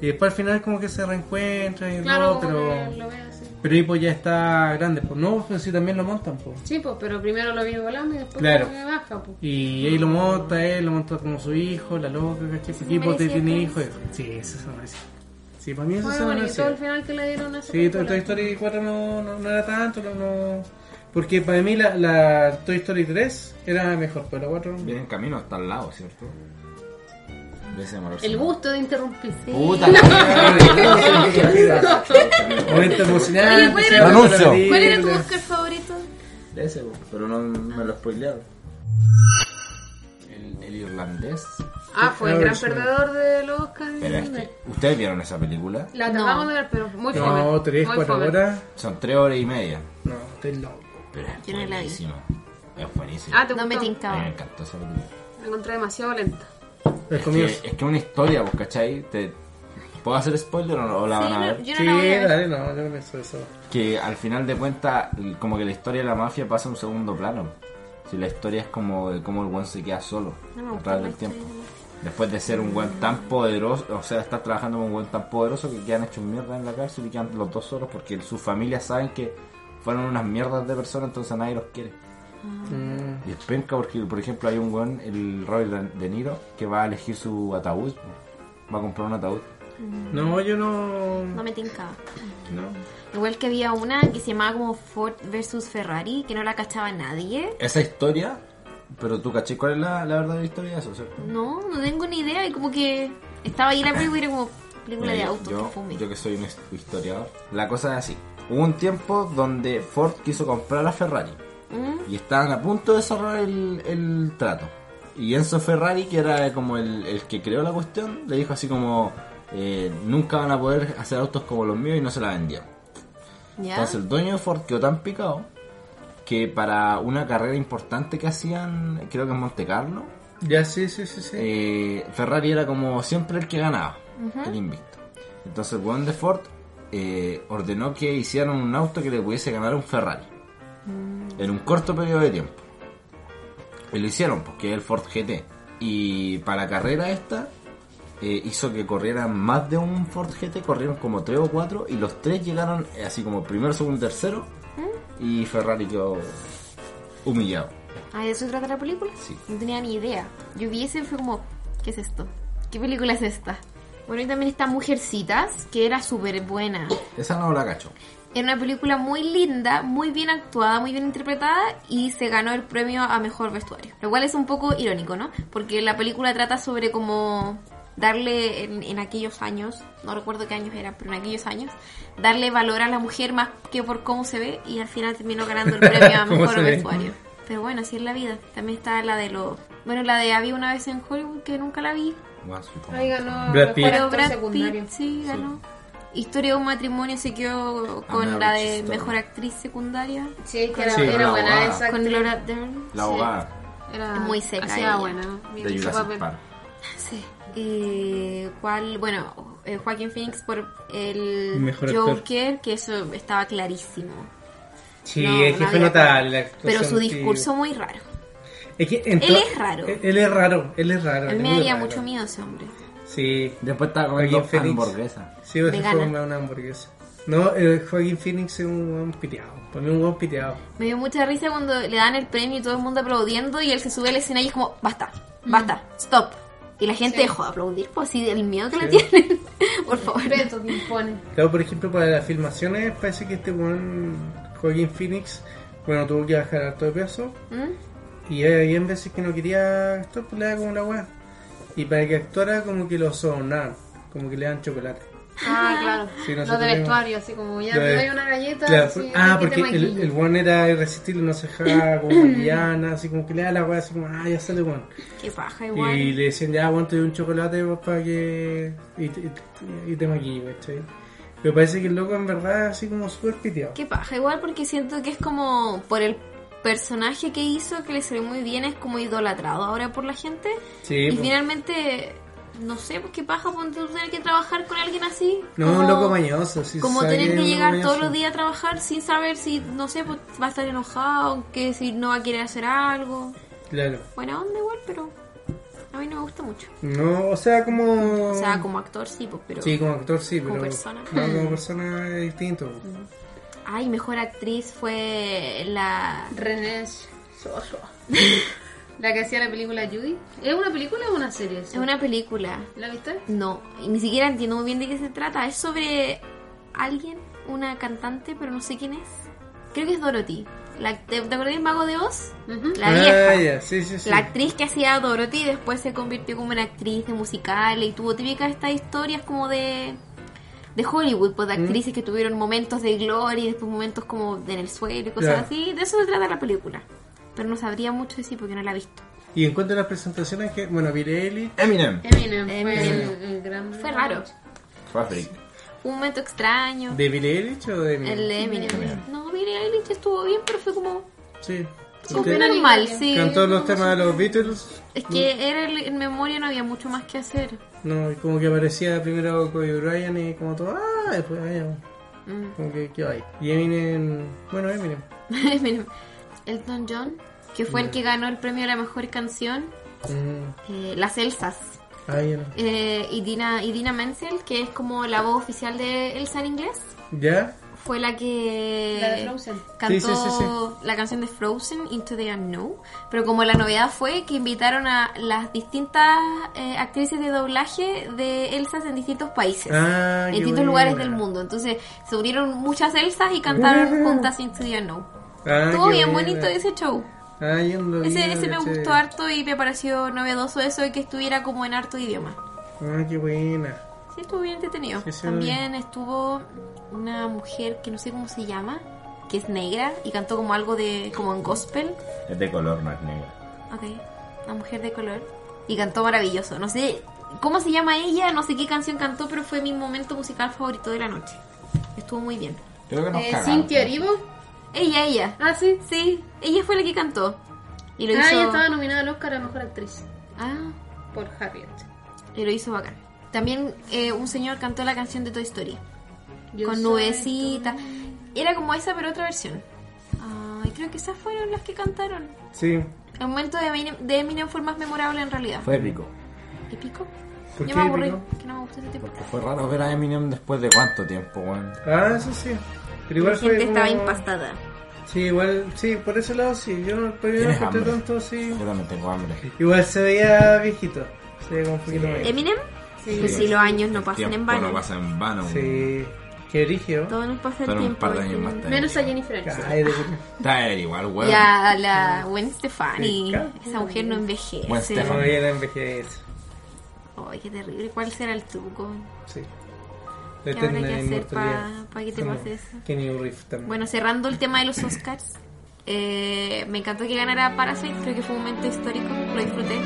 [SPEAKER 1] Y después al final como que se reencuentran y
[SPEAKER 5] Claro,
[SPEAKER 1] todo,
[SPEAKER 5] como
[SPEAKER 1] pero...
[SPEAKER 5] que lo veo así.
[SPEAKER 1] Pero Hippo ya está grande, pues no, pues si también lo montan, pues.
[SPEAKER 5] Sí, pues, pero primero lo vi volando y después
[SPEAKER 1] Claro.
[SPEAKER 5] como que baja, pues.
[SPEAKER 1] Y ahí lo monta, él lo monta como su hijo, la loca, ¿cachai? Porque Hippo te-
[SPEAKER 5] merecía
[SPEAKER 1] tiene
[SPEAKER 5] todo
[SPEAKER 1] hijos. Sí, eso se merece. Sí, para mí eso
[SPEAKER 5] Muy
[SPEAKER 1] se
[SPEAKER 5] bonito el
[SPEAKER 1] merece.
[SPEAKER 5] final que le dieron a
[SPEAKER 1] Sí,
[SPEAKER 5] esa
[SPEAKER 1] Toy,
[SPEAKER 5] película.
[SPEAKER 1] Toy Story 4 no, no, no era tanto, no, no- Porque para mí la, la Toy Story 3 era mejor, pero la 4 no.
[SPEAKER 2] (laughs) Viene en camino, está al lado, ¿cierto? De ese amor.
[SPEAKER 5] El gusto de interrumpir.
[SPEAKER 2] Puta, la
[SPEAKER 1] Momento
[SPEAKER 3] Oye,
[SPEAKER 1] emocional.
[SPEAKER 3] ¿cuál
[SPEAKER 2] era tu- Anuncio.
[SPEAKER 3] ¿Cuál era tu Oscar favorito?
[SPEAKER 2] De ese, po, pero no me lo he spoileado. El, el irlandés.
[SPEAKER 5] Ah, fue el gran perdedor del Oscar.
[SPEAKER 2] Pero es que, ¿ustedes vieron esa película?
[SPEAKER 5] La
[SPEAKER 3] No.
[SPEAKER 5] acabamos de ver, pero muy fome.
[SPEAKER 1] este. No, 3,
[SPEAKER 5] muy
[SPEAKER 1] 4
[SPEAKER 5] fome.
[SPEAKER 1] horas.
[SPEAKER 2] Son tres horas y media.
[SPEAKER 1] No, estoy loco.
[SPEAKER 2] Pero es
[SPEAKER 3] Yo no la vi.
[SPEAKER 2] buenísima. Es buenísima.
[SPEAKER 5] Ah, ¿te
[SPEAKER 3] No me
[SPEAKER 2] A mí me
[SPEAKER 5] gustó?
[SPEAKER 3] tincaba.
[SPEAKER 2] encantó esa película.
[SPEAKER 5] La encontré demasiado lenta.
[SPEAKER 1] El
[SPEAKER 2] Es que,
[SPEAKER 1] comienzo.
[SPEAKER 2] es que una historia, vos, ¿cachai? Te- ¿Puedo hacer spoiler o, no, o la van a ver?
[SPEAKER 3] yo
[SPEAKER 1] Sí,
[SPEAKER 3] no la voy a ver.
[SPEAKER 1] dale, no, yo no pienso eso.
[SPEAKER 2] Que al final de cuentas, l- como que la historia de la mafia pasa a un segundo plano. Si la historia es como de cómo el buen se queda solo
[SPEAKER 3] No me
[SPEAKER 2] a
[SPEAKER 3] gustó
[SPEAKER 2] través
[SPEAKER 3] la
[SPEAKER 2] del tiempo.
[SPEAKER 3] historia.
[SPEAKER 2] Después de ser un buen tan poderoso, o sea, estar trabajando con un buen tan poderoso que quedan hechos mierda en la cárcel y quedan los dos solos porque sus familias saben que fueron unas mierdas de personas, entonces nadie los quiere.
[SPEAKER 1] Mm,
[SPEAKER 2] Y es penca porque, por ejemplo, hay un weón, el Robert De Niro, que va a elegir su ataúd. Va a comprar un ataúd.
[SPEAKER 1] No, yo no.
[SPEAKER 3] No me tincaba.
[SPEAKER 1] no.
[SPEAKER 3] Igual que había una que se llamaba como Ford versus Ferrari, que no la cachaba nadie.
[SPEAKER 2] Esa historia, pero tú caché, ¿cuál es la, la verdadera historia de eso, cierto?
[SPEAKER 3] No, no tengo ni idea. Y como que estaba ahí la película y era como película de
[SPEAKER 2] Mira,
[SPEAKER 3] autos
[SPEAKER 2] yo,
[SPEAKER 3] que fume.
[SPEAKER 2] yo que soy un his- historiador. La cosa es así. Hubo un tiempo donde Ford quiso comprar a Ferrari.
[SPEAKER 3] Mm,
[SPEAKER 2] Y estaban a punto de cerrar el, el trato. Y Enzo Ferrari, que era como el, el que creó la cuestión, le dijo así como... eh, nunca van a poder hacer autos como los míos y no se la vendieron.
[SPEAKER 3] ¿Ya?
[SPEAKER 2] Entonces el dueño de Ford quedó tan picado que para una carrera importante que hacían, creo que en Monte Carlo,
[SPEAKER 1] Ya, sí, sí, sí. sí.
[SPEAKER 2] eh, Ferrari era como siempre el que ganaba, el invicto. Entonces el weón de Ford eh, ordenó que hicieran un auto que le pudiese ganar a un Ferrari en un corto periodo de tiempo. Y lo hicieron, porque es el Ford GT. Y para la carrera esta eh, hizo que corrieran más de un Ford GT, corrieron como tres o cuatro, y los tres llegaron eh, así como primero, segundo, tercero, y Ferrari quedó humillado.
[SPEAKER 3] ¿Ah, de eso trata la película?
[SPEAKER 2] Sí.
[SPEAKER 3] No tenía ni idea. Yo vi ese y fue como, ¿qué es esto? ¿Qué película es esta? Bueno, y también está Mujercitas, que era súper buena.
[SPEAKER 2] Esa no la cacho.
[SPEAKER 3] Era una película muy linda, muy bien actuada, muy bien interpretada y se ganó el premio a mejor vestuario. Lo cual es un poco irónico, ¿no? Porque la película trata sobre cómo darle en, en aquellos años, no recuerdo qué años eran, pero en aquellos años, darle valor a la mujer más que por cómo se ve y al final
[SPEAKER 1] (laughs)
[SPEAKER 3] terminó ganando el premio a
[SPEAKER 1] ¿Cómo se
[SPEAKER 3] mejor
[SPEAKER 1] ve?
[SPEAKER 3] vestuario. Pero bueno, así es la vida. También está la de los... Bueno, la de Había una vez en Hollywood que nunca la vi,
[SPEAKER 2] Once upon a
[SPEAKER 5] Ahí ganó
[SPEAKER 1] Brad Pitt.
[SPEAKER 5] mejor
[SPEAKER 3] pero
[SPEAKER 5] actor
[SPEAKER 3] Brad
[SPEAKER 5] secundario.
[SPEAKER 3] Pitt sí ganó. Historia de un matrimonio se quedó
[SPEAKER 2] Marriage
[SPEAKER 3] con la de
[SPEAKER 2] Story.
[SPEAKER 3] mejor actriz secundaria.
[SPEAKER 5] Sí, que era,
[SPEAKER 1] Sí.
[SPEAKER 5] era
[SPEAKER 2] La
[SPEAKER 5] buena
[SPEAKER 2] abogada.
[SPEAKER 5] esa.
[SPEAKER 3] Con
[SPEAKER 5] actriz.
[SPEAKER 3] Laura Dern.
[SPEAKER 2] La abogada
[SPEAKER 5] Era
[SPEAKER 3] Muy seca
[SPEAKER 5] Hacía
[SPEAKER 3] ella.
[SPEAKER 5] buena. bien
[SPEAKER 2] de
[SPEAKER 5] su
[SPEAKER 2] Jurassic
[SPEAKER 5] papel.
[SPEAKER 2] Park.
[SPEAKER 3] Sí. Eh, ¿Cuál? Bueno, eh, Joaquín Phoenix por el
[SPEAKER 1] Mejor actor.
[SPEAKER 3] Joker, que eso estaba clarísimo.
[SPEAKER 1] Sí,
[SPEAKER 3] No,
[SPEAKER 1] es que
[SPEAKER 3] no
[SPEAKER 1] fue
[SPEAKER 3] había-
[SPEAKER 1] notable la actuación
[SPEAKER 3] Pero su
[SPEAKER 1] de-
[SPEAKER 3] discurso muy raro.
[SPEAKER 1] Es que en
[SPEAKER 3] Él
[SPEAKER 1] to-
[SPEAKER 3] es raro.
[SPEAKER 1] Él, él es raro, él es raro.
[SPEAKER 3] A
[SPEAKER 1] él es
[SPEAKER 3] mí me
[SPEAKER 1] muy
[SPEAKER 3] daría
[SPEAKER 1] raro.
[SPEAKER 3] mucho miedo ese hombre.
[SPEAKER 1] Sí,
[SPEAKER 2] Después estaba comiendo
[SPEAKER 1] Joaquín Phoenix.
[SPEAKER 2] hamburguesa.
[SPEAKER 1] sí, o se
[SPEAKER 3] Vegana.
[SPEAKER 1] fue una hamburguesa. No, eh, Joaquín Phoenix es un buen piteado. Para mí un buen piteado.
[SPEAKER 3] Me dio mucha risa cuando le dan el premio y todo el mundo aplaudiendo y él se sube al escenario y es como, basta, basta, stop. Y la gente dejó de aplaudir, pues así del miedo que le tienen. (laughs) por favor.
[SPEAKER 5] Respeto que
[SPEAKER 3] (laughs)
[SPEAKER 5] impone.
[SPEAKER 1] Claro, por ejemplo, para las filmaciones parece que este buen Joaquín Phoenix, bueno, tuvo que bajar harto de peso.
[SPEAKER 3] ¿Mm?
[SPEAKER 1] Y había veces que no quería actuar, pues le daba como una weá. Y para que actuara como que lo sonaban, como que le dan chocolate.
[SPEAKER 5] Ah, claro.
[SPEAKER 1] Sí,
[SPEAKER 5] Los
[SPEAKER 1] nosotros
[SPEAKER 5] de
[SPEAKER 1] vimos.
[SPEAKER 5] vestuario, así como ya
[SPEAKER 1] Lo
[SPEAKER 5] te
[SPEAKER 1] de-
[SPEAKER 5] doy una galleta.
[SPEAKER 1] Claro,
[SPEAKER 5] así,
[SPEAKER 1] ah,
[SPEAKER 5] aquí te
[SPEAKER 1] porque el,
[SPEAKER 5] maquillo.
[SPEAKER 1] el one era irresistible, no se
[SPEAKER 3] (coughs)
[SPEAKER 1] dejaba como maquillana, así como que le da la weá, así como, ah, ya sale weón.
[SPEAKER 3] Qué paja igual.
[SPEAKER 1] Y le decían, ya, aguante un chocolate vos para que. y te, y te maquillo, ¿cachai? Pero parece que el loco en verdad así como súper piteado.
[SPEAKER 3] Qué paja igual porque siento que es como por el personaje que hizo, que le salió muy bien, es como idolatrado ahora por la gente.
[SPEAKER 1] Sí,
[SPEAKER 3] y
[SPEAKER 1] pues.
[SPEAKER 3] finalmente, no sé, pues qué paja ponte tú tener que trabajar con alguien así.
[SPEAKER 1] No,
[SPEAKER 3] Como-
[SPEAKER 1] un loco mañoso. sí,
[SPEAKER 3] Como
[SPEAKER 1] sabe
[SPEAKER 3] tener
[SPEAKER 1] es
[SPEAKER 3] que
[SPEAKER 1] un
[SPEAKER 3] llegar
[SPEAKER 1] loco
[SPEAKER 3] todos
[SPEAKER 1] mañoso.
[SPEAKER 3] los días a trabajar sin saber si, no sé, pues va a estar enojado, que si no va a querer hacer algo.
[SPEAKER 1] Claro.
[SPEAKER 3] Buena onda igual, pero a mí no me gusta mucho.
[SPEAKER 1] No, o sea, como...
[SPEAKER 3] O sea, como actor sí, pues, pero...
[SPEAKER 1] Mm. Sí, como actor sí,
[SPEAKER 3] como
[SPEAKER 1] pero...
[SPEAKER 3] persona. Mm.
[SPEAKER 1] No, como persona es distinto.
[SPEAKER 3] Ay, mejor actriz fue la...
[SPEAKER 5] René
[SPEAKER 1] (laughs)
[SPEAKER 5] Soso. La que hacía la película Judy. ¿Es una película o una serie?
[SPEAKER 3] Es una película.
[SPEAKER 5] ¿La viste?
[SPEAKER 3] No, y ni siquiera entiendo muy bien de qué se trata. Es sobre alguien, una cantante, pero no sé quién es. Creo que es Dorothy. La, ¿Te, te acuerdas del Mago de Oz? La vieja.
[SPEAKER 1] Ah, ya, sí, sí, sí.
[SPEAKER 3] La actriz que hacía a Dorothy después se convirtió como en actriz de musicales y tuvo típicas estas historias como de, de Hollywood, pues
[SPEAKER 1] Mm.
[SPEAKER 3] de actrices que tuvieron momentos de gloria y después momentos como en el suelo y cosas
[SPEAKER 1] Claro.
[SPEAKER 3] así. De eso se trata la película. Pero no sabría mucho decir porque no la he visto.
[SPEAKER 1] Y en cuanto a las presentaciones que... Bueno, Virelli...
[SPEAKER 2] Eminem.
[SPEAKER 5] Eminem. Fue,
[SPEAKER 3] Eminem.
[SPEAKER 5] el- el gran-
[SPEAKER 3] Fue raro.
[SPEAKER 2] Fabric.
[SPEAKER 3] Fue un momento extraño.
[SPEAKER 1] ¿De Billie Eilish o de Eminem?
[SPEAKER 3] El de Eminem. No, Billie Eilish estuvo bien, pero fue como...
[SPEAKER 1] Sí.
[SPEAKER 3] Como
[SPEAKER 1] Usted
[SPEAKER 3] normal, sí.
[SPEAKER 1] Cantó los temas de los Beatles.
[SPEAKER 3] Es que era el- en memoria no había mucho más que hacer.
[SPEAKER 1] No, y como que aparecía primero Kobe Bryant y como todo, ah, después, ah, ya.
[SPEAKER 3] Mm.
[SPEAKER 1] Como que, ¿qué hay? Y Eminem, bueno, Eminem.
[SPEAKER 3] (laughs) Eminem. Elton John, que fue el que ganó el premio a la mejor canción.
[SPEAKER 1] Mm,
[SPEAKER 3] eh, Las Elsas.
[SPEAKER 1] ah, ya no.
[SPEAKER 3] Eh, y, Dina, y Dina Menzel, que es como la voz oficial de Elsa en inglés,
[SPEAKER 1] ¿Ya?
[SPEAKER 3] fue la que
[SPEAKER 5] La de Frozen.
[SPEAKER 3] cantó
[SPEAKER 1] Sí, sí, sí,
[SPEAKER 3] la canción de Frozen, Into the Unknown. Pero como la novedad fue que invitaron a las distintas eh, actrices de doblaje de Elsas en distintos países.
[SPEAKER 1] Ah,
[SPEAKER 3] en
[SPEAKER 1] qué
[SPEAKER 3] distintos
[SPEAKER 1] buena.
[SPEAKER 3] lugares del mundo. Entonces se unieron muchas Elsas y cantaron
[SPEAKER 1] Buena.
[SPEAKER 3] juntas Into the Unknown.
[SPEAKER 1] Ah,
[SPEAKER 3] Estuvo
[SPEAKER 1] qué
[SPEAKER 3] bien
[SPEAKER 1] buena.
[SPEAKER 3] bonito ese show.
[SPEAKER 1] Ah, yo no lo
[SPEAKER 3] Ese,
[SPEAKER 1] vi,
[SPEAKER 3] ese me
[SPEAKER 1] caché.
[SPEAKER 3] gustó harto y me pareció novedoso eso de que estuviera como en harto idioma.
[SPEAKER 1] Ah, qué buena.
[SPEAKER 3] Sí, estuvo bien entretenido.
[SPEAKER 1] Sí, sí,
[SPEAKER 3] También estuvo una mujer que no sé cómo se llama, que es negra y cantó como algo de. como en gospel.
[SPEAKER 2] Es de color, no es negra.
[SPEAKER 3] Ok, una mujer de color. Y cantó maravilloso. No sé cómo se llama ella, no sé qué canción cantó, pero fue mi momento musical favorito de la noche. Estuvo muy bien.
[SPEAKER 2] Creo que nos
[SPEAKER 5] Eh,
[SPEAKER 2] cagaron.
[SPEAKER 5] Cintia Erivo.
[SPEAKER 3] Ella, ella.
[SPEAKER 5] Ah, sí.
[SPEAKER 3] Sí, ella fue la que cantó. Y lo
[SPEAKER 5] Ah,
[SPEAKER 3] hizo.
[SPEAKER 5] ella estaba nominada al Oscar a Mejor Actriz.
[SPEAKER 3] Ah,
[SPEAKER 5] Por Harriet.
[SPEAKER 3] y lo hizo bacán. También eh, un señor cantó la canción de Toy Story.
[SPEAKER 5] Yo
[SPEAKER 3] con
[SPEAKER 5] soy
[SPEAKER 3] nubecita. Era como esa, pero otra versión. Ay, creo que esas fueron las que cantaron.
[SPEAKER 1] Sí.
[SPEAKER 3] El momento de Eminem, de Eminem fue el más memorable en realidad.
[SPEAKER 2] Fue épico.
[SPEAKER 3] ¿Épico?
[SPEAKER 1] ¿Por
[SPEAKER 3] Yo
[SPEAKER 1] qué
[SPEAKER 3] me aburrí,
[SPEAKER 1] épico?
[SPEAKER 3] que no me gustó ese tipo.
[SPEAKER 2] Porque fue raro ver a Eminem después de cuánto tiempo, weón.
[SPEAKER 1] Ah, eso sí. Pero igual
[SPEAKER 3] La gente
[SPEAKER 1] fue como-
[SPEAKER 3] estaba impastada.
[SPEAKER 1] Sí, igual, sí, por ese lado sí. Yo no, pero yo no
[SPEAKER 2] Tienes
[SPEAKER 1] encontré
[SPEAKER 2] hambre.
[SPEAKER 1] tanto, sí.
[SPEAKER 2] Yo también tengo hambre.
[SPEAKER 1] Igual se veía viejito. Se veía como un poquito más.
[SPEAKER 3] ¿Eminem?
[SPEAKER 5] Sí.
[SPEAKER 3] Pues si los años no pasan
[SPEAKER 2] Tiempo
[SPEAKER 3] en vano.
[SPEAKER 2] No pasa en vano. weón.
[SPEAKER 1] Sí. Qué origen.
[SPEAKER 3] Todo nos pasa el
[SPEAKER 2] Fueron un
[SPEAKER 3] tiempo.
[SPEAKER 2] par de años más tarde.
[SPEAKER 5] Menos a Jennifer Aniston.
[SPEAKER 3] (laughs)
[SPEAKER 2] Está él igual, weón.
[SPEAKER 3] Y a la Gwen Stefani.
[SPEAKER 1] Rica.
[SPEAKER 3] Esa mujer no
[SPEAKER 2] Gwen
[SPEAKER 3] envejece.
[SPEAKER 2] Stefani.
[SPEAKER 1] No bien envejez.
[SPEAKER 3] Ay, qué terrible. ¿Cuál será el truco?
[SPEAKER 1] Sí.
[SPEAKER 3] ¿Qué
[SPEAKER 1] La
[SPEAKER 3] habrá que
[SPEAKER 1] eterna
[SPEAKER 3] hacer
[SPEAKER 1] inmortalidad.
[SPEAKER 3] pa- pa que te
[SPEAKER 1] Como
[SPEAKER 3] pase eso?
[SPEAKER 1] Kenny Reeves también.
[SPEAKER 3] Bueno, cerrando el tema de los Oscars, eh, me encantó que ganara Parasite, creo que fue un momento histórico, lo disfruté.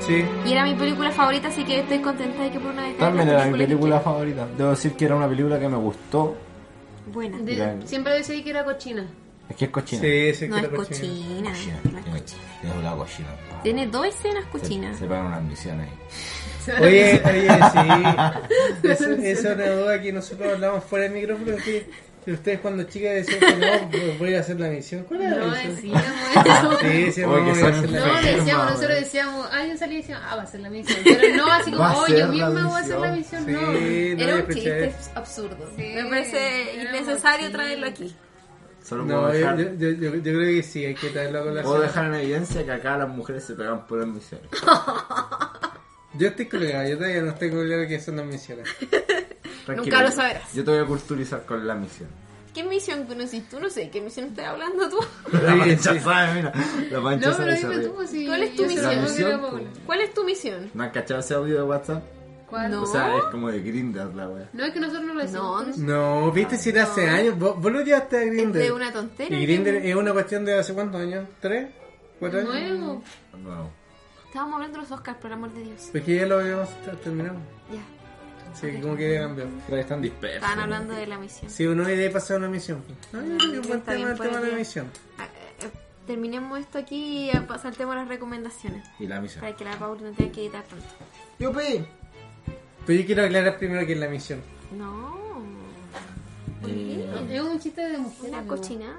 [SPEAKER 1] Sí.
[SPEAKER 3] Y era mi película favorita, así que estoy contenta de que por una vez...
[SPEAKER 2] También
[SPEAKER 3] ganara
[SPEAKER 2] era mi
[SPEAKER 3] que
[SPEAKER 2] película favorita. Debo decir que era una película que me gustó.
[SPEAKER 3] quiero. Buena.
[SPEAKER 5] De-
[SPEAKER 2] Gran-
[SPEAKER 5] siempre decía que era cochina.
[SPEAKER 2] Es que es cochina.
[SPEAKER 1] Sí, sí,
[SPEAKER 3] No
[SPEAKER 1] que
[SPEAKER 3] es
[SPEAKER 1] la cochina.
[SPEAKER 2] Cochina.
[SPEAKER 3] cochina, no es
[SPEAKER 2] Tiene-
[SPEAKER 3] cochina.
[SPEAKER 2] Tiene un lado cochino.
[SPEAKER 3] Tiene dos escenas
[SPEAKER 2] Se-
[SPEAKER 3] cochinas.
[SPEAKER 2] Se pagan una ambición ahí.
[SPEAKER 1] Oye,
[SPEAKER 3] (laughs)
[SPEAKER 1] oye, sí. Eso- esa es una duda que nosotros hablamos fuera del micrófono. Que, que ustedes cuando chicas decían que no, pues voy a hacer la misión. ¿Cuál era la
[SPEAKER 5] No
[SPEAKER 1] misión? (laughs)
[SPEAKER 5] decíamos eso.
[SPEAKER 1] Sí, sí,
[SPEAKER 2] Oye,
[SPEAKER 1] vamos
[SPEAKER 2] que
[SPEAKER 1] a ir a
[SPEAKER 2] son
[SPEAKER 1] hacer la
[SPEAKER 5] No,
[SPEAKER 2] enfermas,
[SPEAKER 1] misión.
[SPEAKER 5] decíamos, nosotros
[SPEAKER 2] weón.
[SPEAKER 5] decíamos, alguien salía y decía, ah, va a ser la misión. Pero no así
[SPEAKER 2] Va a
[SPEAKER 5] como, oh,
[SPEAKER 2] ser la
[SPEAKER 5] yo misma voy a hacer
[SPEAKER 2] misión.
[SPEAKER 5] la misión.
[SPEAKER 1] Sí,
[SPEAKER 5] No.
[SPEAKER 1] no,
[SPEAKER 3] Era
[SPEAKER 1] yo
[SPEAKER 3] un
[SPEAKER 1] escuché
[SPEAKER 3] chiste
[SPEAKER 1] eso.
[SPEAKER 3] absurdo.
[SPEAKER 5] Sí,
[SPEAKER 3] Me parece
[SPEAKER 5] era
[SPEAKER 3] innecesario
[SPEAKER 5] cochina.
[SPEAKER 3] traerlo aquí.
[SPEAKER 2] Solo
[SPEAKER 1] No, yo, yo, yo, yo creo que sí, hay que traerlo con la
[SPEAKER 2] Puedo
[SPEAKER 1] cena.
[SPEAKER 2] dejar en evidencia que acá las mujeres se pegan por ambiciones.
[SPEAKER 1] Yo estoy colgado, yo todavía no estoy colgado que son las
[SPEAKER 3] (laughs)
[SPEAKER 1] misiones.
[SPEAKER 2] Tranquilo,
[SPEAKER 3] lo
[SPEAKER 2] yo-
[SPEAKER 3] sabrás.
[SPEAKER 2] Yo te voy a culturizar con la misión.
[SPEAKER 3] ¿Qué misión conocís tú? No sé, ¿qué misión estás hablando tú? (laughs)
[SPEAKER 2] La mancha
[SPEAKER 1] sí.
[SPEAKER 2] sabe, mira. La mancha
[SPEAKER 5] No, pero
[SPEAKER 2] sabe.
[SPEAKER 5] dime
[SPEAKER 2] sabe.
[SPEAKER 5] tú, pues, si
[SPEAKER 3] ¿Cuál es tu
[SPEAKER 5] yo sé lo
[SPEAKER 3] misión?
[SPEAKER 5] mismo que la
[SPEAKER 2] La misión, pues,
[SPEAKER 5] Paula.
[SPEAKER 3] ¿Cuál es tu misión?
[SPEAKER 2] ¿No han cachado ese audio de WhatsApp?
[SPEAKER 5] ¿Cuál?
[SPEAKER 3] No.
[SPEAKER 2] O sea, es como de grindas la wea.
[SPEAKER 5] No, es que nosotros no lo
[SPEAKER 3] No,
[SPEAKER 5] decimos. No.
[SPEAKER 1] No, viste si era hace años. Vos, vos lo llevaste a
[SPEAKER 3] es
[SPEAKER 1] Grindr.
[SPEAKER 3] de una tontera.
[SPEAKER 1] Y Grindr es una cuestión de hace cuántos años? ¿Tres? ¿Cuatro años?
[SPEAKER 5] Nuevo.
[SPEAKER 2] No.
[SPEAKER 3] Estábamos hablando de los Oscars, por el amor de Dios.
[SPEAKER 1] Porque ya lo habíamos terminado.
[SPEAKER 3] Ya,
[SPEAKER 1] Sí, como que cambió.
[SPEAKER 2] Pero ahí están dispersos.
[SPEAKER 3] estaban hablando de la misión.
[SPEAKER 1] Si uno idea pasado una misión. No, pues. Ah, yo creo que es un buen
[SPEAKER 3] Está
[SPEAKER 1] tema
[SPEAKER 3] bien,
[SPEAKER 1] el tema de la
[SPEAKER 3] podría.
[SPEAKER 1] misión.
[SPEAKER 3] Ah, eh, terminemos esto aquí y a- saltemos las recomendaciones.
[SPEAKER 2] Y la misión.
[SPEAKER 3] Para que la Pauli no tenga que editar tanto.
[SPEAKER 2] ¡Yupi!
[SPEAKER 1] Pero yo quiero aclarar primero que es la misión.
[SPEAKER 3] No.
[SPEAKER 2] Eh,
[SPEAKER 5] Es un chiste de mujer.
[SPEAKER 3] Una
[SPEAKER 5] ¿no?
[SPEAKER 3] cochinada.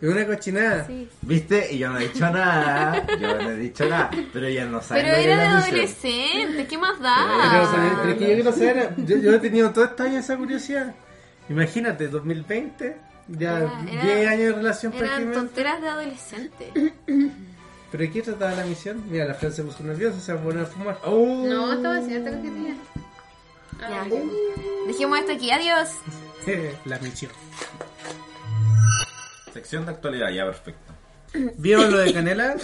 [SPEAKER 1] Es una cochinada.
[SPEAKER 5] Sí.
[SPEAKER 2] ¿Viste? Y yo no he dicho nada. Yo no he dicho nada. Pero ya no saben
[SPEAKER 3] Pero
[SPEAKER 2] lo que
[SPEAKER 3] era
[SPEAKER 2] es
[SPEAKER 3] de
[SPEAKER 2] la misión.
[SPEAKER 3] adolescente. ¿Qué más
[SPEAKER 1] Pero, o
[SPEAKER 3] da?
[SPEAKER 1] sea, pero es que yo quiero saber, yo, yo he tenido toda esta vida esa curiosidad. Imagínate, 2020, ya
[SPEAKER 3] Era- era-
[SPEAKER 1] 10 años de relación
[SPEAKER 3] Eran
[SPEAKER 1] prácticamente.
[SPEAKER 3] tonteras de adolescente.
[SPEAKER 1] ¿Pero de qué trataba la misión? Mira, la Fran se puso nerviosa, se va a poner a fumar. (laughs)
[SPEAKER 2] Oh.
[SPEAKER 5] No, estaba cierta que tenía. Ah,
[SPEAKER 3] Ya. Dejemos esto aquí. Adiós.
[SPEAKER 1] la misión.
[SPEAKER 2] Sección de actualidad, ya perfecto.
[SPEAKER 1] ¿Vieron lo de Canela?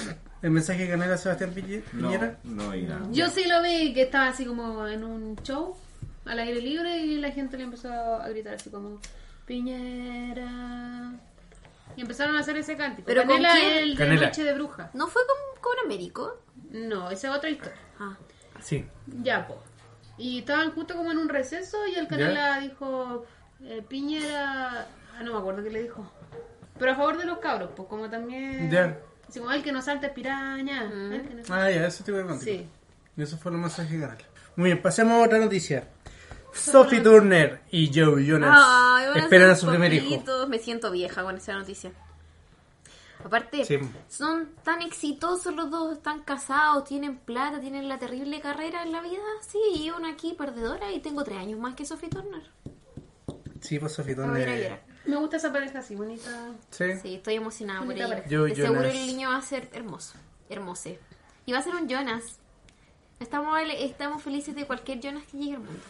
[SPEAKER 1] ¿El mensaje de Canela a Sebastián Piñe-
[SPEAKER 2] No,
[SPEAKER 1] Piñera?
[SPEAKER 2] no hay nada.
[SPEAKER 5] Yo sí lo vi que estaba así como en un show al aire libre y la gente le empezó a gritar así como Piñera. Y empezaron a hacer ese cántico.
[SPEAKER 3] ¿Pero con
[SPEAKER 5] Canela
[SPEAKER 3] quién?
[SPEAKER 5] es el de
[SPEAKER 1] Canela.
[SPEAKER 5] Noche de Bruja.
[SPEAKER 3] ¿No fue con, con Américo?
[SPEAKER 5] No, esa es otra historia.
[SPEAKER 3] Ah.
[SPEAKER 1] Sí.
[SPEAKER 5] Ya, po. Y estaban justo como en un receso y el Canela dijo, eh, Piñera, ah, no me acuerdo qué le dijo. Pero a favor de los cabros, pues como también...
[SPEAKER 1] Ya.
[SPEAKER 5] Así como, el que no salte es piraña.
[SPEAKER 3] Mm.
[SPEAKER 5] el que no-
[SPEAKER 1] Ah, ya, eso te voy a contar.
[SPEAKER 5] Sí.
[SPEAKER 1] Eso fue el mensaje de Canela. Muy bien, pasemos a otra noticia. Sophie Turner y Joe Jonas
[SPEAKER 3] Ah. Ay, van a
[SPEAKER 1] esperan
[SPEAKER 3] ser
[SPEAKER 1] a su primer hijo.
[SPEAKER 3] poquitos. Me siento vieja con esa noticia. Aparte,
[SPEAKER 1] Sí.
[SPEAKER 3] son tan exitosos los dos, están casados, tienen plata, tienen la terrible carrera en la vida. Sí, y una aquí perdedora y tengo tres años más que Sophie Turner.
[SPEAKER 1] Sí, pues Sophie
[SPEAKER 3] Me voy a ir a
[SPEAKER 1] Turner.
[SPEAKER 3] llorar.
[SPEAKER 5] Me gusta esa pareja así, bonita.
[SPEAKER 1] Sí.
[SPEAKER 3] Sí, estoy emocionada por
[SPEAKER 5] Bonita
[SPEAKER 3] ella.
[SPEAKER 5] pareja.
[SPEAKER 1] Joe
[SPEAKER 3] De seguro
[SPEAKER 1] Jonas.
[SPEAKER 3] el niño va a ser hermoso, hermoso. Y va a ser un Jonas. Estamos, estamos felices de cualquier Jonas que llegue al mundo.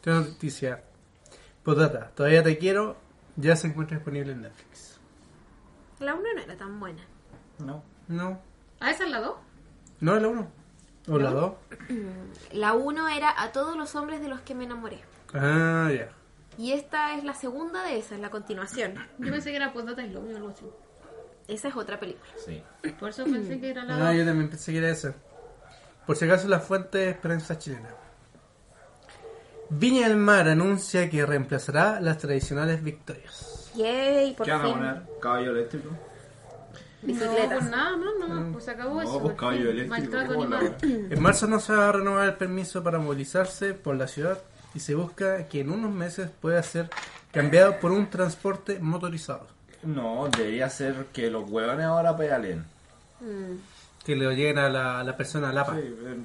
[SPEAKER 1] Otra noticia. Potata, todavía te quiero. Ya se encuentra disponible en Netflix.
[SPEAKER 3] La uno no era tan buena.
[SPEAKER 2] No.
[SPEAKER 1] No.
[SPEAKER 5] ¿A esa es la dos?
[SPEAKER 1] No, la 1. O la 2.
[SPEAKER 3] La uno era a todos los hombres de los que me enamoré.
[SPEAKER 1] Ah, ya.
[SPEAKER 3] Y esta es la segunda de esas, la continuación.
[SPEAKER 5] Yo pensé que era Postdata y Lobby o algo así.
[SPEAKER 3] Esa es otra película.
[SPEAKER 2] Sí.
[SPEAKER 5] Por eso pensé que era la
[SPEAKER 1] Ah,
[SPEAKER 5] dos.
[SPEAKER 1] yo también pensé que era esa. Por si acaso, la fuente es prensa chilena. Viña del Mar anuncia que reemplazará las tradicionales
[SPEAKER 3] (clears throat)
[SPEAKER 1] victorias.
[SPEAKER 3] Yay, por
[SPEAKER 2] ¿Qué van a
[SPEAKER 3] fin.
[SPEAKER 2] poner? ¿Caballo eléctrico?
[SPEAKER 5] No,
[SPEAKER 3] Bicicletas.
[SPEAKER 5] pues nada, no, no, pues se acabó eso.
[SPEAKER 2] No, pues caballo eléctrico.
[SPEAKER 5] Maltrato
[SPEAKER 2] ¿cómo la-
[SPEAKER 5] animal.
[SPEAKER 1] En marzo no se va a renovar el permiso para movilizarse por la ciudad y se busca que en unos meses pueda ser cambiado por un transporte motorizado.
[SPEAKER 2] No, debería ser que los huevones ahora pedalen.
[SPEAKER 1] Que le lleguen a la, a la persona a Lapa.
[SPEAKER 2] Sí, eh,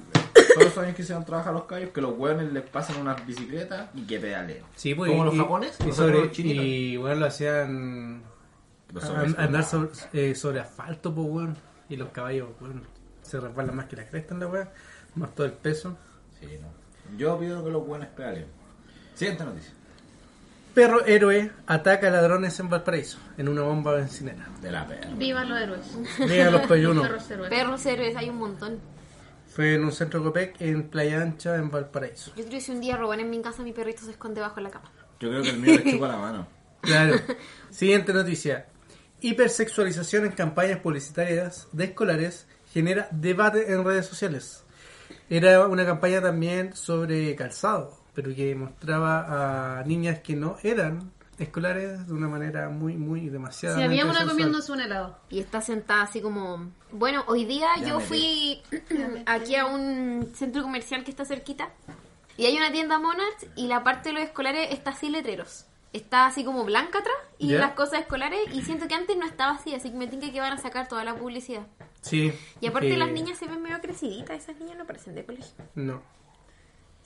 [SPEAKER 2] todos los años que se van a trabajar los callos, que los huevones les pasan unas bicicletas y que pedalen.
[SPEAKER 1] Sí, pues,
[SPEAKER 2] Como
[SPEAKER 1] y-
[SPEAKER 2] los
[SPEAKER 1] y-
[SPEAKER 2] japoneses,
[SPEAKER 1] Y,
[SPEAKER 2] los
[SPEAKER 1] sobre-
[SPEAKER 2] japoneses chinos.
[SPEAKER 1] y, bueno, lo hacían
[SPEAKER 2] Los
[SPEAKER 1] a-
[SPEAKER 2] hombres,
[SPEAKER 1] Ah, andar sobre, eh, sobre asfalto, pues, weón. Y los caballos, weón, se resbalan más que la cresta en la weá. Más todo el peso.
[SPEAKER 2] Sí, no. Yo pido que los buenos pedalen. Siguiente noticia.
[SPEAKER 1] Perro héroe ataca a ladrones en Valparaíso en una bomba bencinera.
[SPEAKER 2] De la perra.
[SPEAKER 5] Viva los héroes.
[SPEAKER 1] Llega a los
[SPEAKER 5] Los
[SPEAKER 1] payunos.
[SPEAKER 5] perros héroes.
[SPEAKER 3] Perros héroes, hay un montón.
[SPEAKER 1] Fue en un centro Copec en Playa Ancha, en Valparaíso.
[SPEAKER 3] Yo creo que si un día roban en mi casa, mi perrito se esconde bajo la cama.
[SPEAKER 2] Yo creo que el mío le chupa la mano.
[SPEAKER 3] (laughs)
[SPEAKER 1] Claro. Siguiente noticia. Hipersexualización en campañas publicitarias de escolares genera debate en redes sociales. Era una campaña también sobre calzado, pero que mostraba a niñas que no eran escolares de una manera muy, muy demasiado.
[SPEAKER 5] Si había una comiéndose un helado.
[SPEAKER 3] Y está sentada así como... Bueno, hoy día
[SPEAKER 2] Ya
[SPEAKER 3] yo
[SPEAKER 2] me
[SPEAKER 3] fui (clears throat) aquí a un centro comercial que está cerquita. Y hay una tienda Monarch y la parte de los escolares está así letreros. Está así como blanca atrás y
[SPEAKER 1] Ya.
[SPEAKER 3] las cosas escolares. Y siento que antes no estaba así, así que me tinca que van a sacar toda la publicidad.
[SPEAKER 1] Sí.
[SPEAKER 3] Y aparte
[SPEAKER 1] que-
[SPEAKER 3] las niñas se ven medio creciditas, esas niñas no parecen de colegio.
[SPEAKER 1] No.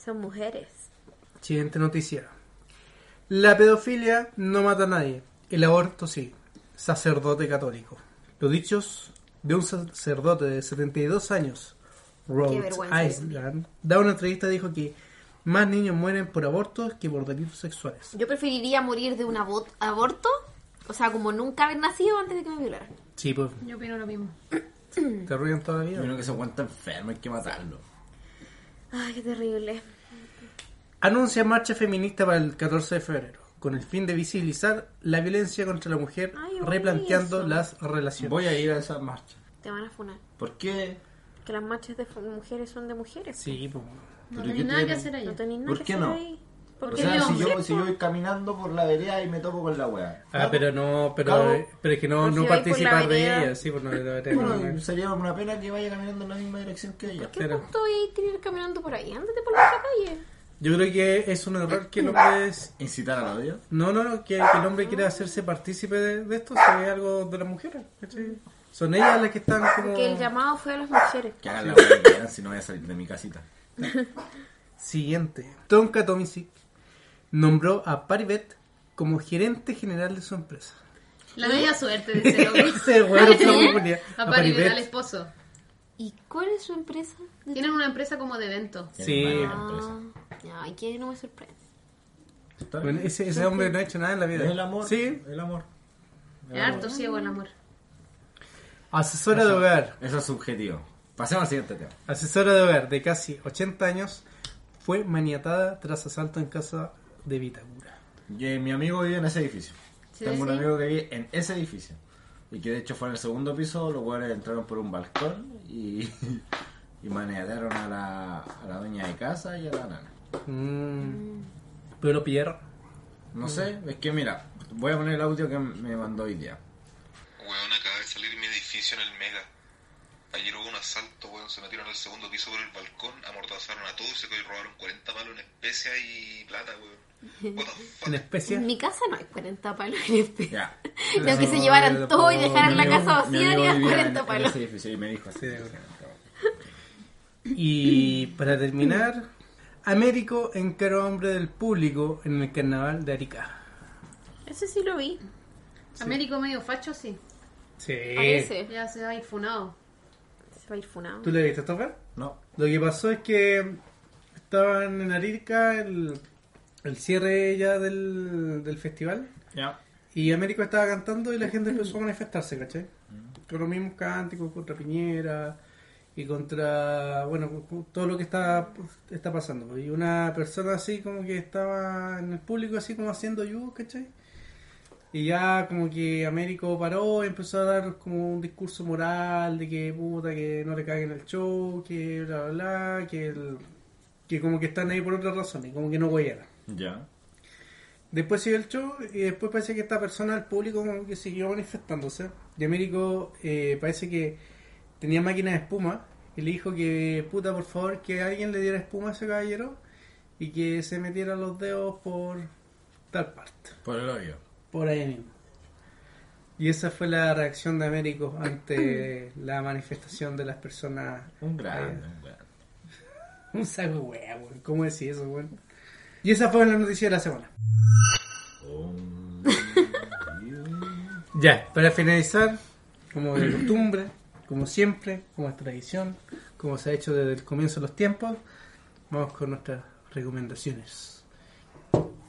[SPEAKER 3] Son mujeres.
[SPEAKER 1] Siguiente noticia. La pedofilia no mata a nadie, el aborto sí. Sacerdote católico. Los dichos de un sacerdote de 72 años, Rhodes
[SPEAKER 3] vergüenza.
[SPEAKER 1] Island, da una entrevista y dijo que más niños mueren por abortos que por delitos sexuales.
[SPEAKER 3] Yo preferiría morir de un abo- aborto, o sea, como nunca haber nacido antes de que me violaran.
[SPEAKER 1] Sí, pues,
[SPEAKER 5] Yo opino lo mismo.
[SPEAKER 3] Mm.
[SPEAKER 1] te arruinan toda la
[SPEAKER 2] Yo
[SPEAKER 1] vida.
[SPEAKER 2] creo que se aguanta enfermo, hay que matarlo.
[SPEAKER 3] Ay, qué terrible.
[SPEAKER 1] Anuncia marcha feminista para el 14 de febrero, con el fin de visibilizar la violencia contra la mujer,
[SPEAKER 3] Ay, yo
[SPEAKER 1] replanteando
[SPEAKER 3] vi eso.
[SPEAKER 1] las relaciones.
[SPEAKER 2] Voy a ir a esa marcha.
[SPEAKER 3] Te van a funar.
[SPEAKER 2] ¿Por qué?
[SPEAKER 3] Que las marchas de fu- mujeres son de mujeres.
[SPEAKER 1] Sí, pues.
[SPEAKER 5] No
[SPEAKER 2] Pero yo
[SPEAKER 5] tenés nada que
[SPEAKER 2] creo-
[SPEAKER 5] hacer ahí.
[SPEAKER 3] No tenéis nada
[SPEAKER 2] ¿Por
[SPEAKER 3] que
[SPEAKER 2] qué
[SPEAKER 3] hacer
[SPEAKER 2] no?
[SPEAKER 3] ahí.
[SPEAKER 2] O
[SPEAKER 5] Porque
[SPEAKER 2] sea,
[SPEAKER 5] yo,
[SPEAKER 2] si yo, si yo voy caminando por la vereda y me topo con la wea.
[SPEAKER 1] Ah, pero no, pero, eh,
[SPEAKER 2] Claro.
[SPEAKER 1] pero es que no,
[SPEAKER 5] Pero
[SPEAKER 1] no
[SPEAKER 5] si vais por la
[SPEAKER 1] participar de
[SPEAKER 5] vereda.
[SPEAKER 1] ella, sí, pues no, no, no, no, no.
[SPEAKER 2] Bueno, sería una pena que vaya caminando en la misma dirección que ella.
[SPEAKER 3] ¿Qué
[SPEAKER 1] Pero-
[SPEAKER 3] punto voy a ir caminando por ahí? Ándate por la calle.
[SPEAKER 1] Yo creo que es un error que el hombre es...
[SPEAKER 2] ¿Incitar al odio?
[SPEAKER 1] No, no, no, que, que el hombre quiere hacerse partícipe de, de esto, si es algo de las mujeres, ¿cachai? Son ellas las que están como...
[SPEAKER 3] Que el
[SPEAKER 2] Ah.
[SPEAKER 3] llamado fue a las mujeres.
[SPEAKER 2] Que hagan la wea que quieran, si no voy a salir de mi casita.
[SPEAKER 1] Siguiente. Tonka Tomisic nombró a Paribet como gerente general de su empresa.
[SPEAKER 5] la bella (laughs) suerte de ese loco.
[SPEAKER 1] Ese weón fue muy bonito.
[SPEAKER 5] (laughs) A
[SPEAKER 1] A
[SPEAKER 5] Paribet,
[SPEAKER 1] Paribet.
[SPEAKER 5] al esposo.
[SPEAKER 3] ¿Y cuál es su empresa?
[SPEAKER 5] Tienen una empresa como de evento.
[SPEAKER 1] Sí.
[SPEAKER 2] Tienen varias
[SPEAKER 3] Ah,
[SPEAKER 2] empresas.
[SPEAKER 3] ay, que no me sorprende.
[SPEAKER 2] Está
[SPEAKER 1] Bueno,
[SPEAKER 2] bien.
[SPEAKER 1] ese, ese hombre no ha hecho nada en la vida.
[SPEAKER 2] El amor.
[SPEAKER 1] Sí.
[SPEAKER 2] El amor.
[SPEAKER 5] Es harto ciego el amor.
[SPEAKER 1] Asesora de hogar.
[SPEAKER 2] Eso es subjetivo. Pasemos al siguiente tema.
[SPEAKER 1] Asesora de hogar de casi 80 años fue maniatada tras asalto en casa de Vitagura.
[SPEAKER 2] Y, eh, mi amigo vive en ese edificio.
[SPEAKER 5] Sí,
[SPEAKER 2] Tengo un
[SPEAKER 5] sí.
[SPEAKER 2] amigo que vive en ese edificio. Y que de hecho fue en el segundo piso, los hueones entraron por un balcón y, (laughs) y manejaron a la, a la dueña de casa y a la nana.
[SPEAKER 1] Mm. Pero lo pillaron.
[SPEAKER 2] No sé, es que mira, voy a poner el audio que me mandó hoy día.
[SPEAKER 7] Weón, acaba de salir mi edificio en el Mega. Ayer hubo un asalto, weón, se metieron al segundo piso por el balcón, amordazaron a todos y se robaron 40 palos en especia y plata, weón. What the
[SPEAKER 1] (laughs)
[SPEAKER 7] fuck?
[SPEAKER 1] En
[SPEAKER 3] En
[SPEAKER 1] especie.
[SPEAKER 3] mi casa no hay 40 palos en espejo.
[SPEAKER 2] Ya.
[SPEAKER 3] Lo que se llevaran todo y dejaran la casa
[SPEAKER 2] Mi amigo
[SPEAKER 3] vacía, harían
[SPEAKER 2] vivía en-
[SPEAKER 3] 40
[SPEAKER 2] en
[SPEAKER 3] palos.
[SPEAKER 2] ese edificio y me dijo así.
[SPEAKER 1] Y para terminar, Américo encaró a hombre del público en el carnaval de Arica.
[SPEAKER 3] Ese sí lo vi.
[SPEAKER 5] Américo medio facho, sí.
[SPEAKER 1] Sí.
[SPEAKER 3] Parece.
[SPEAKER 5] Ya se ha infunado.
[SPEAKER 3] Se va a ir funado.
[SPEAKER 1] ¿Tú le viste, Topper?
[SPEAKER 2] No,
[SPEAKER 1] Lo que pasó es que estaban en Arica el, el cierre ya del, del festival
[SPEAKER 2] ya.
[SPEAKER 1] y Américo estaba cantando y la gente empezó a manifestarse, ¿cachai? Con los mismos cánticos contra Piñera y contra, bueno, con- con todo lo que está, está pasando. Y una persona así como que estaba en el público así como haciendo yugos, ¿cachai? Y ya como que Américo paró y empezó a dar como un discurso moral de que puta, que no le caguen el show, que bla, bla, bla, que, el- que como que están ahí por otras razones, como que no huellaran.
[SPEAKER 2] Ya.
[SPEAKER 1] Después siguió el show y después parece que esta persona, el público, como que siguió manifestándose. Y Américo eh, parece que tenía máquina de espuma y le dijo que, puta, por favor, que alguien le diera espuma a ese caballero y que se metiera los dedos por tal parte,
[SPEAKER 2] Por el odio.
[SPEAKER 1] por ahí mismo. Y esa fue la reacción de Américo
[SPEAKER 2] (clears throat)
[SPEAKER 1] ante la manifestación de las personas. eh,
[SPEAKER 2] Un grande, un grande.
[SPEAKER 1] (laughs) Un saco de wea, weón. ¿Cómo decir eso, weón? Y esa fue la noticia de la semana. Ya, para finalizar, como de costumbre, como siempre, como es tradición, como se ha hecho desde el comienzo de los tiempos, vamos con nuestras recomendaciones.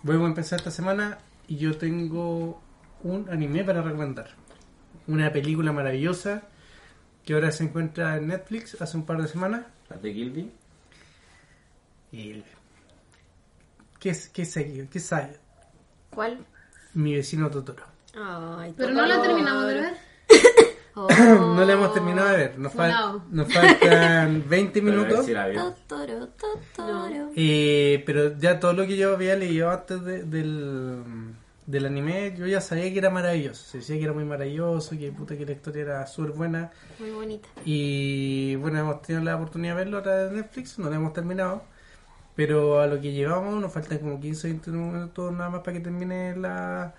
[SPEAKER 1] Vuelvo a empezar esta semana y yo tengo un anime para recomendar. Una película maravillosa que ahora se encuentra en Netflix hace un par de semanas.
[SPEAKER 2] ¿Las de Gilby?
[SPEAKER 1] Y- ¿Qué es, qué es aquello? ¿Qué sabe?
[SPEAKER 3] ¿Cuál?
[SPEAKER 1] Mi vecino Totoro.
[SPEAKER 3] Ay,
[SPEAKER 5] Pero no la terminamos de ver. Oh.
[SPEAKER 1] No la hemos terminado de ver. Nos, fal-
[SPEAKER 5] Funao.
[SPEAKER 1] nos faltan 20 minutos.
[SPEAKER 2] Si la vi.
[SPEAKER 3] Totoro, Totoro.
[SPEAKER 1] Eh, pero ya todo lo que yo había leído antes de- del, del anime, yo ya sabía que era maravilloso. Se decía que era muy maravilloso, que puta que la historia era súper buena.
[SPEAKER 3] Muy bonita.
[SPEAKER 1] Y bueno, hemos tenido la oportunidad de verlo ahora en Netflix, no la hemos terminado. Pero a lo que llevamos, nos faltan como 15 o 20 minutos nada más para que termine la,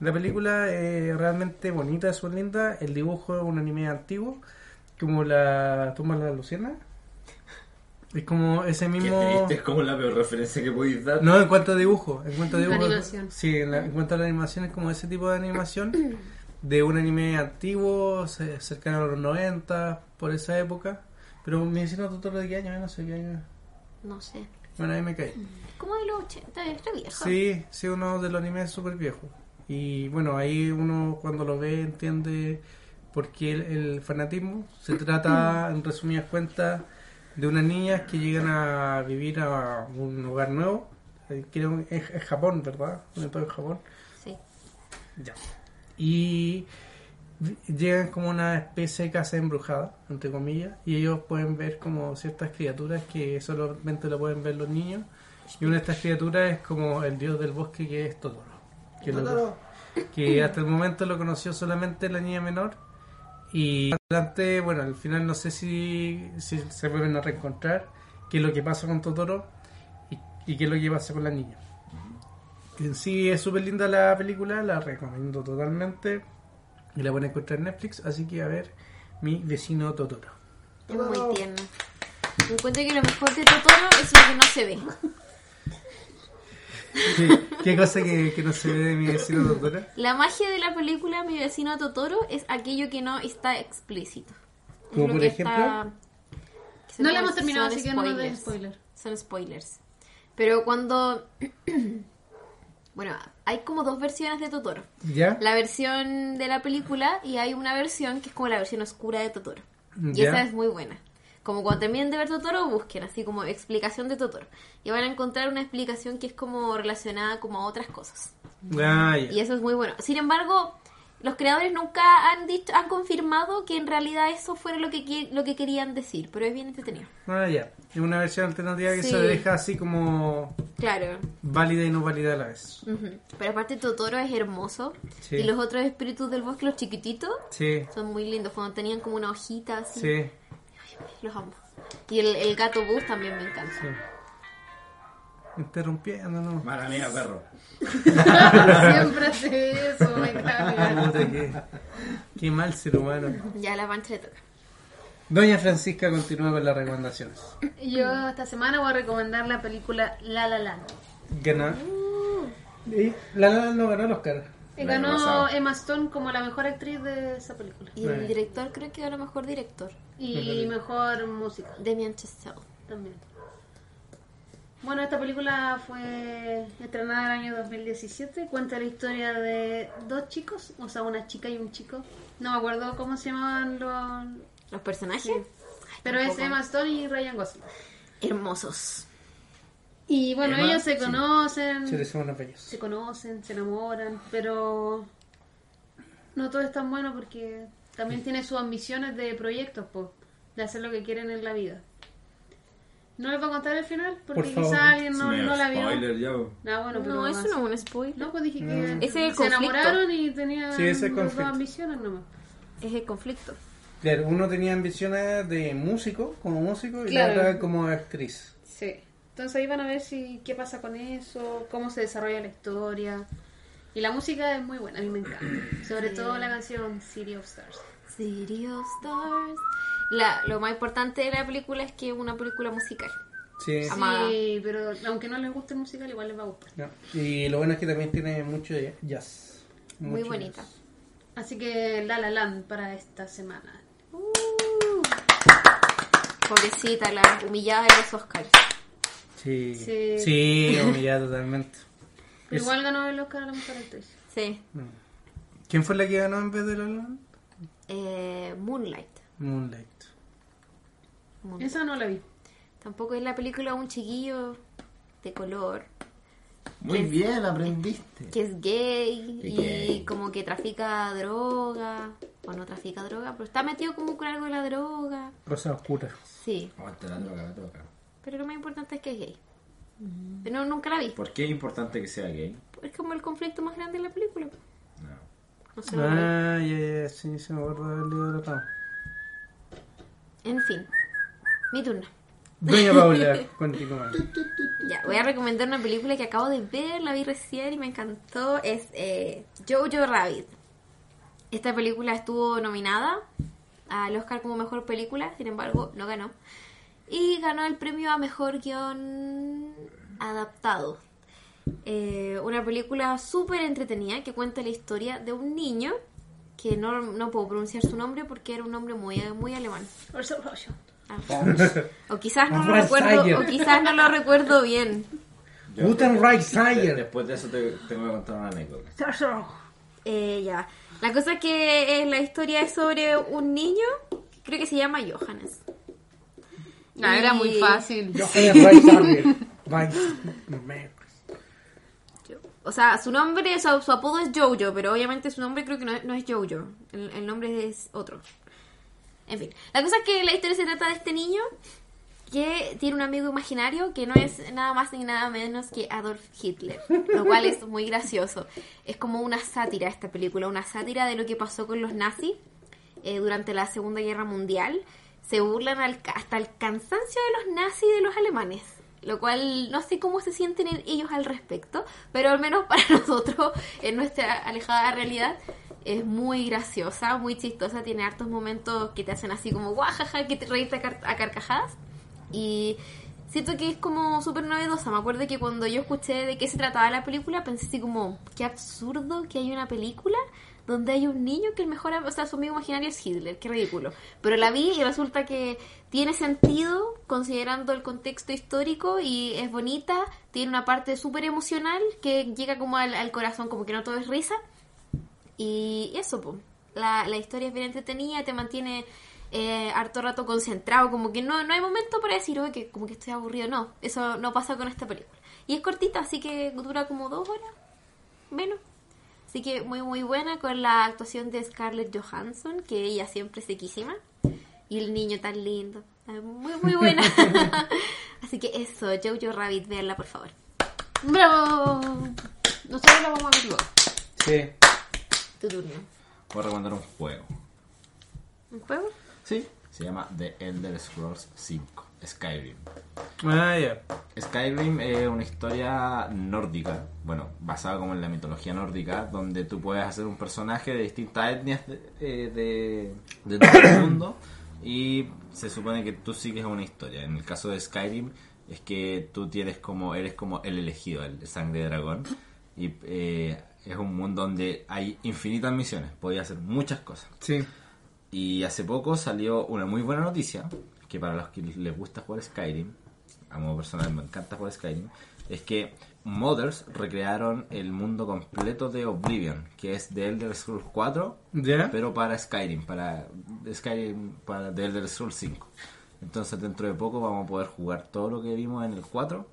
[SPEAKER 1] la película. eh, realmente bonita, súper linda. El dibujo es un anime antiguo, como la tumba de la Luciana. Es como ese
[SPEAKER 2] Qué
[SPEAKER 1] mismo.
[SPEAKER 2] triste, es como la peor referencia que podéis dar.
[SPEAKER 1] No, en cuanto a dibujo. En cuanto a dibujo.
[SPEAKER 5] animación.
[SPEAKER 1] Sí, en, la- en cuanto a la animación es como ese tipo de animación. De un anime antiguo, se- cercano a los 90, por esa época. Pero mi vecino Totoro de qué año, eh? no sé qué año.
[SPEAKER 3] No sé.
[SPEAKER 1] Bueno, ahí me caí.
[SPEAKER 3] Como de los 80, está vieja.
[SPEAKER 1] Sí, sí, uno de los animes súper viejos. Y bueno, ahí uno cuando lo ve entiende por qué el, el fanatismo. Se trata, en resumidas cuentas, de unas niñas que llegan a vivir a un lugar nuevo. Eh, Creo que es, es Japón, ¿verdad? Sobre todo en Japón.
[SPEAKER 3] Sí.
[SPEAKER 1] Ya. Y llegan como una especie de casa embrujada, entre comillas, y ellos pueden ver como ciertas criaturas que solamente lo pueden ver los niños Y una de estas criaturas es como el dios del bosque que es Totoro. Que, lo- que hasta el momento lo conoció solamente la niña menor. Y más adelante, bueno, al final no sé si, si se vuelven a reencontrar, qué es lo que pasa con Totoro y, y qué es lo que pasa con la niña. En sí es súper linda la película, la recomiendo totalmente. Y la van a encontrar en Netflix, así que a ver, mi vecino Totoro.
[SPEAKER 3] Es muy tierna. Encuentro que lo mejor de Totoro es lo que no se ve.
[SPEAKER 1] ¿Qué, qué cosa que, que no se ve de mi vecino Totoro?
[SPEAKER 3] La magia de la película Mi vecino Totoro es aquello que no está explícito. Es
[SPEAKER 1] ¿Como
[SPEAKER 3] lo
[SPEAKER 1] por
[SPEAKER 3] que
[SPEAKER 1] ejemplo?
[SPEAKER 3] que se
[SPEAKER 5] No la
[SPEAKER 3] puede-
[SPEAKER 5] hemos terminado,
[SPEAKER 3] son
[SPEAKER 5] así que no nos den spoiler.
[SPEAKER 3] Son spoilers. Pero cuando... (clears throat) bueno, hay como dos versiones de Totoro.
[SPEAKER 1] ¿Ya?
[SPEAKER 3] La versión de la película y hay una versión que es como la versión oscura de Totoro. Y
[SPEAKER 1] Ya.
[SPEAKER 3] esa es muy buena. Como cuando terminen de ver Totoro, busquen así como explicación de Totoro. Y van a encontrar una explicación que es como relacionada como a otras cosas.
[SPEAKER 1] Ah,
[SPEAKER 3] Y
[SPEAKER 1] ya.
[SPEAKER 3] eso es muy bueno. Sin embargo, los creadores nunca han dicho, han confirmado que en realidad eso fuera lo que qui- lo que querían decir, pero es bien entretenido.
[SPEAKER 1] Ah, ya. Es una versión alternativa que
[SPEAKER 3] Sí.
[SPEAKER 1] se deja así como
[SPEAKER 3] Claro.
[SPEAKER 1] válida y no válida a la vez.
[SPEAKER 3] Ujú. Pero aparte Totoro es hermoso
[SPEAKER 1] Sí.
[SPEAKER 3] y los otros espíritus del bosque, los chiquititos,
[SPEAKER 1] Sí,
[SPEAKER 3] son muy lindos cuando tenían como una hojita así.
[SPEAKER 1] sí,
[SPEAKER 3] Los amo. Y el, el gato Bus también me encanta.
[SPEAKER 1] sí. Interrumpiendo, no.
[SPEAKER 2] Mala mía, perro.
[SPEAKER 5] (laughs) Siempre hace eso, me
[SPEAKER 3] Ah,
[SPEAKER 5] caga.
[SPEAKER 1] Puta, qué, qué mal ser humano.
[SPEAKER 3] Ya la pancha le toca.
[SPEAKER 1] Doña Francisca continúa con las recomendaciones.
[SPEAKER 5] Yo esta semana voy a recomendar la película La La Land.
[SPEAKER 1] Gana. Y la la Land no ganó el Oscar.
[SPEAKER 5] Eh,
[SPEAKER 2] El año pasado.
[SPEAKER 5] Ganó Emma Stone como la mejor actriz de esa película.
[SPEAKER 3] Y el
[SPEAKER 1] Sí.
[SPEAKER 3] director creo que era el mejor director,
[SPEAKER 5] Y mejor música
[SPEAKER 3] Demian Chazelle.
[SPEAKER 5] también. Bueno, esta película fue estrenada en el año 2017. Cuenta la historia de dos chicos, o sea, una chica y un chico. No me acuerdo cómo se llamaban los...
[SPEAKER 3] Los personajes
[SPEAKER 5] Pero es
[SPEAKER 3] tampoco.
[SPEAKER 5] Emma Stone y Ryan Gosling.
[SPEAKER 3] hermosos.
[SPEAKER 5] Y bueno,
[SPEAKER 2] Emma,
[SPEAKER 5] ellos se conocen.
[SPEAKER 1] Se le suman los bellos.
[SPEAKER 5] se conocen, se enamoran, pero no todo es tan bueno porque también tiene sus ambiciones de proyectos, po, de hacer lo que quieren en la vida. No les voy a contar el final porque
[SPEAKER 1] Por favor.
[SPEAKER 5] quizá alguien no, no la vio.
[SPEAKER 2] Spoiler, ya. po.
[SPEAKER 5] Ah, bueno, pero
[SPEAKER 3] No, eso
[SPEAKER 5] más-
[SPEAKER 3] no es un spoiler.
[SPEAKER 5] No, pues dije que
[SPEAKER 1] No.
[SPEAKER 3] Ese es el
[SPEAKER 5] se
[SPEAKER 3] conflicto.
[SPEAKER 5] enamoraron y tenían
[SPEAKER 1] Mm. Sí, ese es
[SPEAKER 5] las dos
[SPEAKER 1] conflicto.
[SPEAKER 5] ambiciones nomás.
[SPEAKER 3] Es el conflicto.
[SPEAKER 1] Claro, uno tenía ambiciones de músico, como músico, y
[SPEAKER 5] Claro.
[SPEAKER 1] la otra como actriz.
[SPEAKER 5] Sí. Entonces ahí van a ver si qué pasa con eso, cómo se desarrolla la historia. Y la música es muy buena, a mí me encanta. Sobre todo la canción City of Stars.
[SPEAKER 3] City of Stars. La, lo más importante de la película es que es una película musical.
[SPEAKER 1] Sí.
[SPEAKER 3] Ah, Amada.
[SPEAKER 5] Sí, pero aunque no les guste el musical, igual les va a gustar.
[SPEAKER 1] No. Y lo bueno es que también tiene mucho de jazz.
[SPEAKER 3] Muy
[SPEAKER 1] Mucho
[SPEAKER 3] bonita.
[SPEAKER 1] jazz.
[SPEAKER 5] Así que La La Land para esta semana.
[SPEAKER 3] Pobrecita, la humillada de los Oscars.
[SPEAKER 1] Sí.
[SPEAKER 5] Sí.
[SPEAKER 1] Sí, humillada totalmente.
[SPEAKER 5] Pero igual ganó el Oscar a la mejor actriz.
[SPEAKER 3] Sí.
[SPEAKER 1] mm. ¿Quién fue la que ganó en vez de La La Land?
[SPEAKER 3] Eh, Moonlight.
[SPEAKER 1] Moonlight.
[SPEAKER 3] Moonlight.
[SPEAKER 5] Esa no la vi.
[SPEAKER 3] Tampoco es la película de un chiquillo de color
[SPEAKER 2] Muy bien, aprendiste.
[SPEAKER 3] que es gay
[SPEAKER 2] Es
[SPEAKER 3] y
[SPEAKER 2] gay.
[SPEAKER 3] como que trafica droga. O no trafica droga, pero está metido como con algo de la droga.
[SPEAKER 1] Rosa oscura.
[SPEAKER 3] Sí.
[SPEAKER 2] Aguanta la droga, la droga.
[SPEAKER 3] Pero lo más importante es que es gay. Pero nunca la vi.
[SPEAKER 2] ¿Por qué es importante que sea gay?
[SPEAKER 3] Es como el conflicto más grande de la película.
[SPEAKER 2] No.
[SPEAKER 3] No se lo vi.
[SPEAKER 1] Ah, ya, ya, ya, sí, se me acuerda del libro de la Pau.
[SPEAKER 3] En fin, mi turno.
[SPEAKER 1] Doña Paula, continúa.
[SPEAKER 3] Ya, voy a recomendar una película que acabo de ver, la vi recién y me encantó. Es eh, Jojo Rabbit. Esta película estuvo nominada al Oscar como mejor película, sin embargo, no ganó. Y ganó el premio a mejor guión adaptado. Eh, una película súper entretenida que cuenta la historia de un niño que no, no puedo pronunciar su nombre porque era un nombre muy, muy alemán.
[SPEAKER 5] Orson Rocha.
[SPEAKER 3] O quizás no lo
[SPEAKER 1] Rafael
[SPEAKER 3] recuerdo,
[SPEAKER 1] Sayer.
[SPEAKER 3] o quizás no lo recuerdo bien.
[SPEAKER 1] Guten Reich
[SPEAKER 2] De-
[SPEAKER 1] Sayer.
[SPEAKER 2] Después de eso te, te voy a contar una anécdota.
[SPEAKER 3] Eh, ya. La cosa es que eh, la historia es sobre un niño, creo que se llama Johannes.
[SPEAKER 5] No, Ah, era
[SPEAKER 3] Y-
[SPEAKER 5] muy fácil.
[SPEAKER 1] Johannes Reich Sayer. Reich-
[SPEAKER 3] O sea, su nombre, o sea, su apodo es Jojo, pero obviamente su nombre creo que no es, no es Jojo. El, el nombre es otro. En fin, la cosa es que la historia se trata de este niño que tiene un amigo imaginario que no es nada más ni nada menos que Adolf Hitler, lo cual es muy gracioso. Es como una sátira esta película, una sátira de lo que pasó con los nazis eh, durante la Segunda Guerra Mundial. Se burlan al- hasta el cansancio de los nazis y de los alemanes, lo cual no sé cómo se sienten en- ellos al respecto, pero al menos (laughs) para nosotros, en nuestra alejada realidad, es muy graciosa, muy chistosa, tiene hartos momentos que te hacen así como guajaja, que te reíste a, car- a carcajadas. Y siento que es como súper novedosa. Me acuerdo que cuando yo escuché de qué se trataba la película, pensé así como, qué absurdo que hay una película donde hay un niño que el mejor, am- o sea, su amigo imaginario es Hitler, qué ridículo. Pero la vi y resulta que tiene sentido considerando el contexto histórico y es bonita, tiene una parte súper emocional que llega como al, al corazón, como que no todo es risa. Y eso, pues. La, la historia es bien entretenida, te mantiene eh, harto rato concentrado, como que no, no hay momento para decir, oye, que como que estoy aburrido. No, eso no pasa con esta película. Y es cortita, así que dura como dos horas, menos. Así que muy, muy buena con la actuación de Scarlett Johansson, que ella siempre es sequísima. Y el niño tan lindo. Eh, Muy,
[SPEAKER 5] (laughs)
[SPEAKER 3] muy buena. así que eso, Jojo Rabbit, verla, por favor.
[SPEAKER 5] ¡Bravo! Nosotros lo vamos a ver luego.
[SPEAKER 1] Sí.
[SPEAKER 3] Tu turno.
[SPEAKER 2] Voy a recomendar un juego.
[SPEAKER 3] ¿Un juego?
[SPEAKER 2] Sí. Se llama The Elder Scrolls 5. Skyrim.
[SPEAKER 1] Ah, ya.
[SPEAKER 2] Skyrim es una historia nórdica, bueno, basada como en la mitología nórdica, donde tú puedes hacer un personaje de distintas etnias de, eh, de- de todo el mundo y se supone que tú sigues una historia. En el caso de Skyrim es que tú tienes como, eres como el elegido, el sangre de dragón, y eh, es un mundo donde hay infinitas misiones, podías hacer muchas cosas.
[SPEAKER 1] Sí.
[SPEAKER 2] Y hace poco salió una muy buena noticia, que para los que les gusta jugar Skyrim, a modo personal me encanta jugar Skyrim, es que Mothers recrearon el mundo completo de Oblivion, que es de Elder Scrolls 4,
[SPEAKER 1] ¿Ya?
[SPEAKER 2] pero para Skyrim, para Skyrim, para The Elder Scrolls 5. Entonces dentro de poco vamos a poder jugar todo lo que vimos en el 4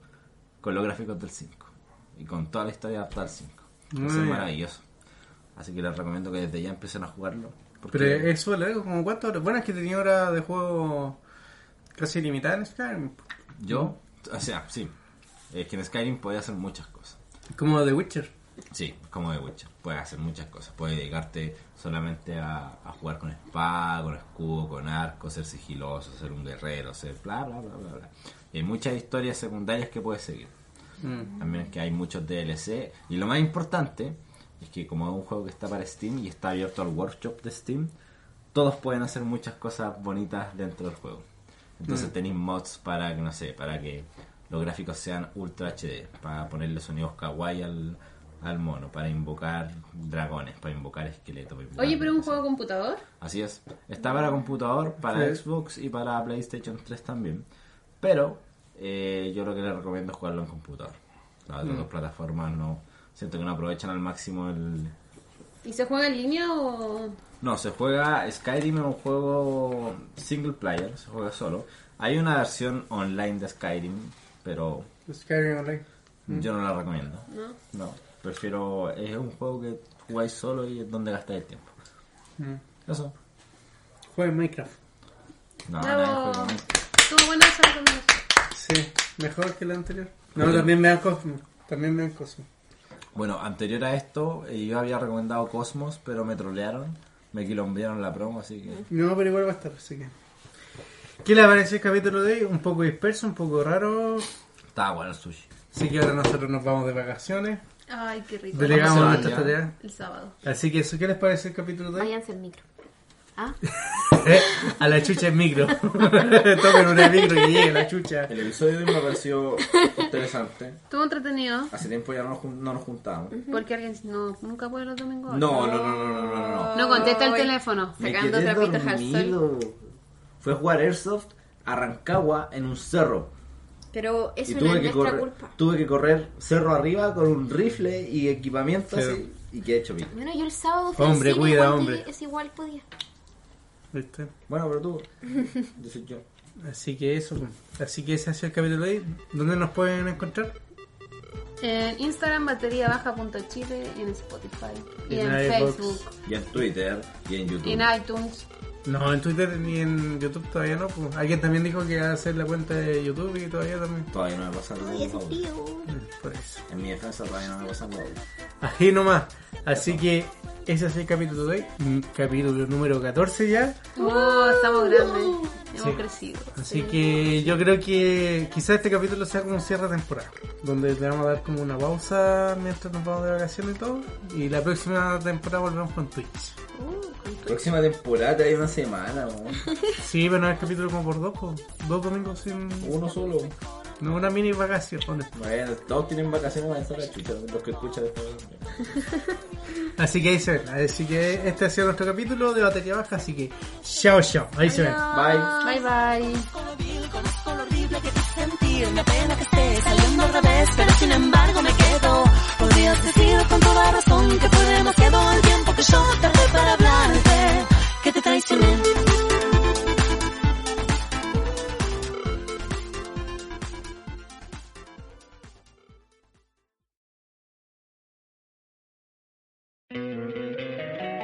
[SPEAKER 2] con los gráficos del 5 y con toda la historia adaptada al 5. Entonces
[SPEAKER 1] Muy
[SPEAKER 2] es
[SPEAKER 1] bien.
[SPEAKER 2] maravilloso. Así que les recomiendo que desde ya empiecen a jugarlo. porque-
[SPEAKER 1] Pero eso lo digo, como cuántas horas. Bueno, es que tenía hora de juego casi limitada en Skyrim.
[SPEAKER 2] Yo, o sea, sí. Es que en Skyrim podía hacer muchas cosas.
[SPEAKER 1] Como The Witcher.
[SPEAKER 2] Sí, como de Witcher. Puedes hacer muchas cosas. Puedes dedicarte solamente a, a jugar con espada, con escudo, con arco, ser sigiloso, ser un guerrero, ser bla, bla, bla, bla, bla. Y hay muchas historias secundarias que puedes seguir. También es que hay muchos DLC. Y lo más importante es que como es un juego que está para Steam y está abierto al workshop de Steam, todos pueden hacer muchas cosas bonitas dentro del juego. Entonces
[SPEAKER 5] Mm.
[SPEAKER 2] tenéis mods para que, no sé, para que los gráficos sean ultra HD, para ponerle sonidos kawaii al, al mono, para invocar dragones, para invocar esqueletos. para invocar
[SPEAKER 5] Oye, pero es un
[SPEAKER 2] cosas.
[SPEAKER 5] juego de computador.
[SPEAKER 2] Así es. Está para computador, para
[SPEAKER 1] Sí.
[SPEAKER 2] Xbox y para PlayStation 3 también. Pero eh, yo lo que les recomiendo es jugarlo en computador. Las otras dos plataformas no. Siento que no aprovechan al máximo el.
[SPEAKER 5] ¿Y se juega en línea o.?
[SPEAKER 2] No, se juega. Skyrim es un juego single player, se juega solo. Hay una versión online de Skyrim, pero
[SPEAKER 1] Skyrim Online.
[SPEAKER 2] yo no la recomiendo. No. prefiero. Es un juego que jugáis solo y es donde gastáis el tiempo.
[SPEAKER 1] Mm.
[SPEAKER 2] Eso.
[SPEAKER 1] Juega en Minecraft.
[SPEAKER 2] Ah, No,
[SPEAKER 5] Bravo.
[SPEAKER 2] nadie juega con-
[SPEAKER 5] Estuvo buena esa recomendación.
[SPEAKER 1] Sí, mejor que la anterior. No, también me dan Cosmo. También me dan Cosmo.
[SPEAKER 2] Bueno, anterior a esto, eh, yo había recomendado Cosmos, pero me trolearon, me quilombearon la promo, así que.
[SPEAKER 1] No, pero igual va a estar, así que. ¿Qué le pareció el capítulo de hoy? Un poco disperso, un poco raro.
[SPEAKER 2] Estaba bueno el sushi.
[SPEAKER 1] Así que ahora nosotros nos vamos de vacaciones.
[SPEAKER 5] Ay, qué rico.
[SPEAKER 1] Delegamos
[SPEAKER 2] Vamos a
[SPEAKER 1] nuestras
[SPEAKER 2] ya.
[SPEAKER 1] tareas.
[SPEAKER 5] El sábado.
[SPEAKER 1] Así que eso, ¿qué les parece el capítulo de hoy? Eh,
[SPEAKER 3] Váyanse al micro. ¿Ah?
[SPEAKER 1] a la chucha en micro. (laughs) Tomen una micro que llegue la chucha.
[SPEAKER 2] El episodio de hoy me pareció interesante.
[SPEAKER 5] Estuvo entretenido.
[SPEAKER 2] Hace tiempo ya no, nos jun- no nos juntábamos.
[SPEAKER 5] Porque alguien dice, no, nunca puede los domingos.
[SPEAKER 2] No, no, no, no, no, no, no.
[SPEAKER 5] No contesta el teléfono.
[SPEAKER 2] Me
[SPEAKER 3] Sacando
[SPEAKER 2] quedé
[SPEAKER 3] trapitos al sol.
[SPEAKER 2] dormido. Fue a jugar Airsoft a Rancagua en un cerro.
[SPEAKER 3] Pero eso
[SPEAKER 2] y
[SPEAKER 3] no
[SPEAKER 2] tuve
[SPEAKER 3] es
[SPEAKER 2] que,
[SPEAKER 3] nuestra
[SPEAKER 2] correr,
[SPEAKER 3] culpa.
[SPEAKER 2] tuve que correr cerro arriba con un rifle y equipamiento
[SPEAKER 1] Sí.
[SPEAKER 2] así. Y quedé hecho bien.
[SPEAKER 3] Bueno, yo el sábado fui
[SPEAKER 1] Hombre,
[SPEAKER 3] al cine,
[SPEAKER 1] cuida,
[SPEAKER 3] igual
[SPEAKER 1] hombre.
[SPEAKER 3] que- Es igual podía.
[SPEAKER 1] ¿Viste?
[SPEAKER 2] Bueno, pero tú. Yo soy yo.
[SPEAKER 1] Así que eso, pues. así que ese ha sido el capítulo de hoy. ¿Dónde nos pueden encontrar?
[SPEAKER 5] En Instagram, bateriabaja.chile, en Spotify, y
[SPEAKER 1] En
[SPEAKER 5] en,
[SPEAKER 1] iVoox.
[SPEAKER 5] Facebook,
[SPEAKER 2] Y en Twitter y en YouTube.
[SPEAKER 5] en iTunes.
[SPEAKER 1] No, en Twitter ni en YouTube todavía no. pues. Alguien también dijo que iba a hacer la cuenta de YouTube y todavía también.
[SPEAKER 2] Todavía no me pasa nada.
[SPEAKER 1] Mm, Por eso.
[SPEAKER 2] En mi defensa todavía no me pasa nada.
[SPEAKER 1] Así nomás. Así que ese es el capítulo de hoy. mm, Capítulo número 14 ya.
[SPEAKER 3] Oh, estamos grandes. Hemos
[SPEAKER 1] Sí.
[SPEAKER 3] crecido.
[SPEAKER 1] Así que yo creo que quizás este capítulo sea como un cierre de temporada, donde le vamos a dar como una pausa mientras nos vamos de vacaciones y todo. Y la próxima temporada volvemos con Twitch.
[SPEAKER 2] Próxima temporada te hay una semana, weón.
[SPEAKER 1] Sí, pero no es capítulo como por dos, po. dos domingos sin.
[SPEAKER 2] Uno solo.
[SPEAKER 1] No, una mini vacación.
[SPEAKER 2] Bueno, todos tienen vacaciones para estar la chucha, los que escuchan esta vez.
[SPEAKER 1] Así que ahí se ven. Así que este ha sido nuestro capítulo de batería baja. Así que chao, chao. Ahí se ven.
[SPEAKER 2] Bye.
[SPEAKER 3] Bye bye.
[SPEAKER 8] Con lo vil, conozco lo horrible que es sentir. Me apena que esté saliendo al revés, pero sin embargo me quedo. Podrías decir con toda razón que fue demasiado el tiempo que yo tardé para hablarte. Que te traicioné.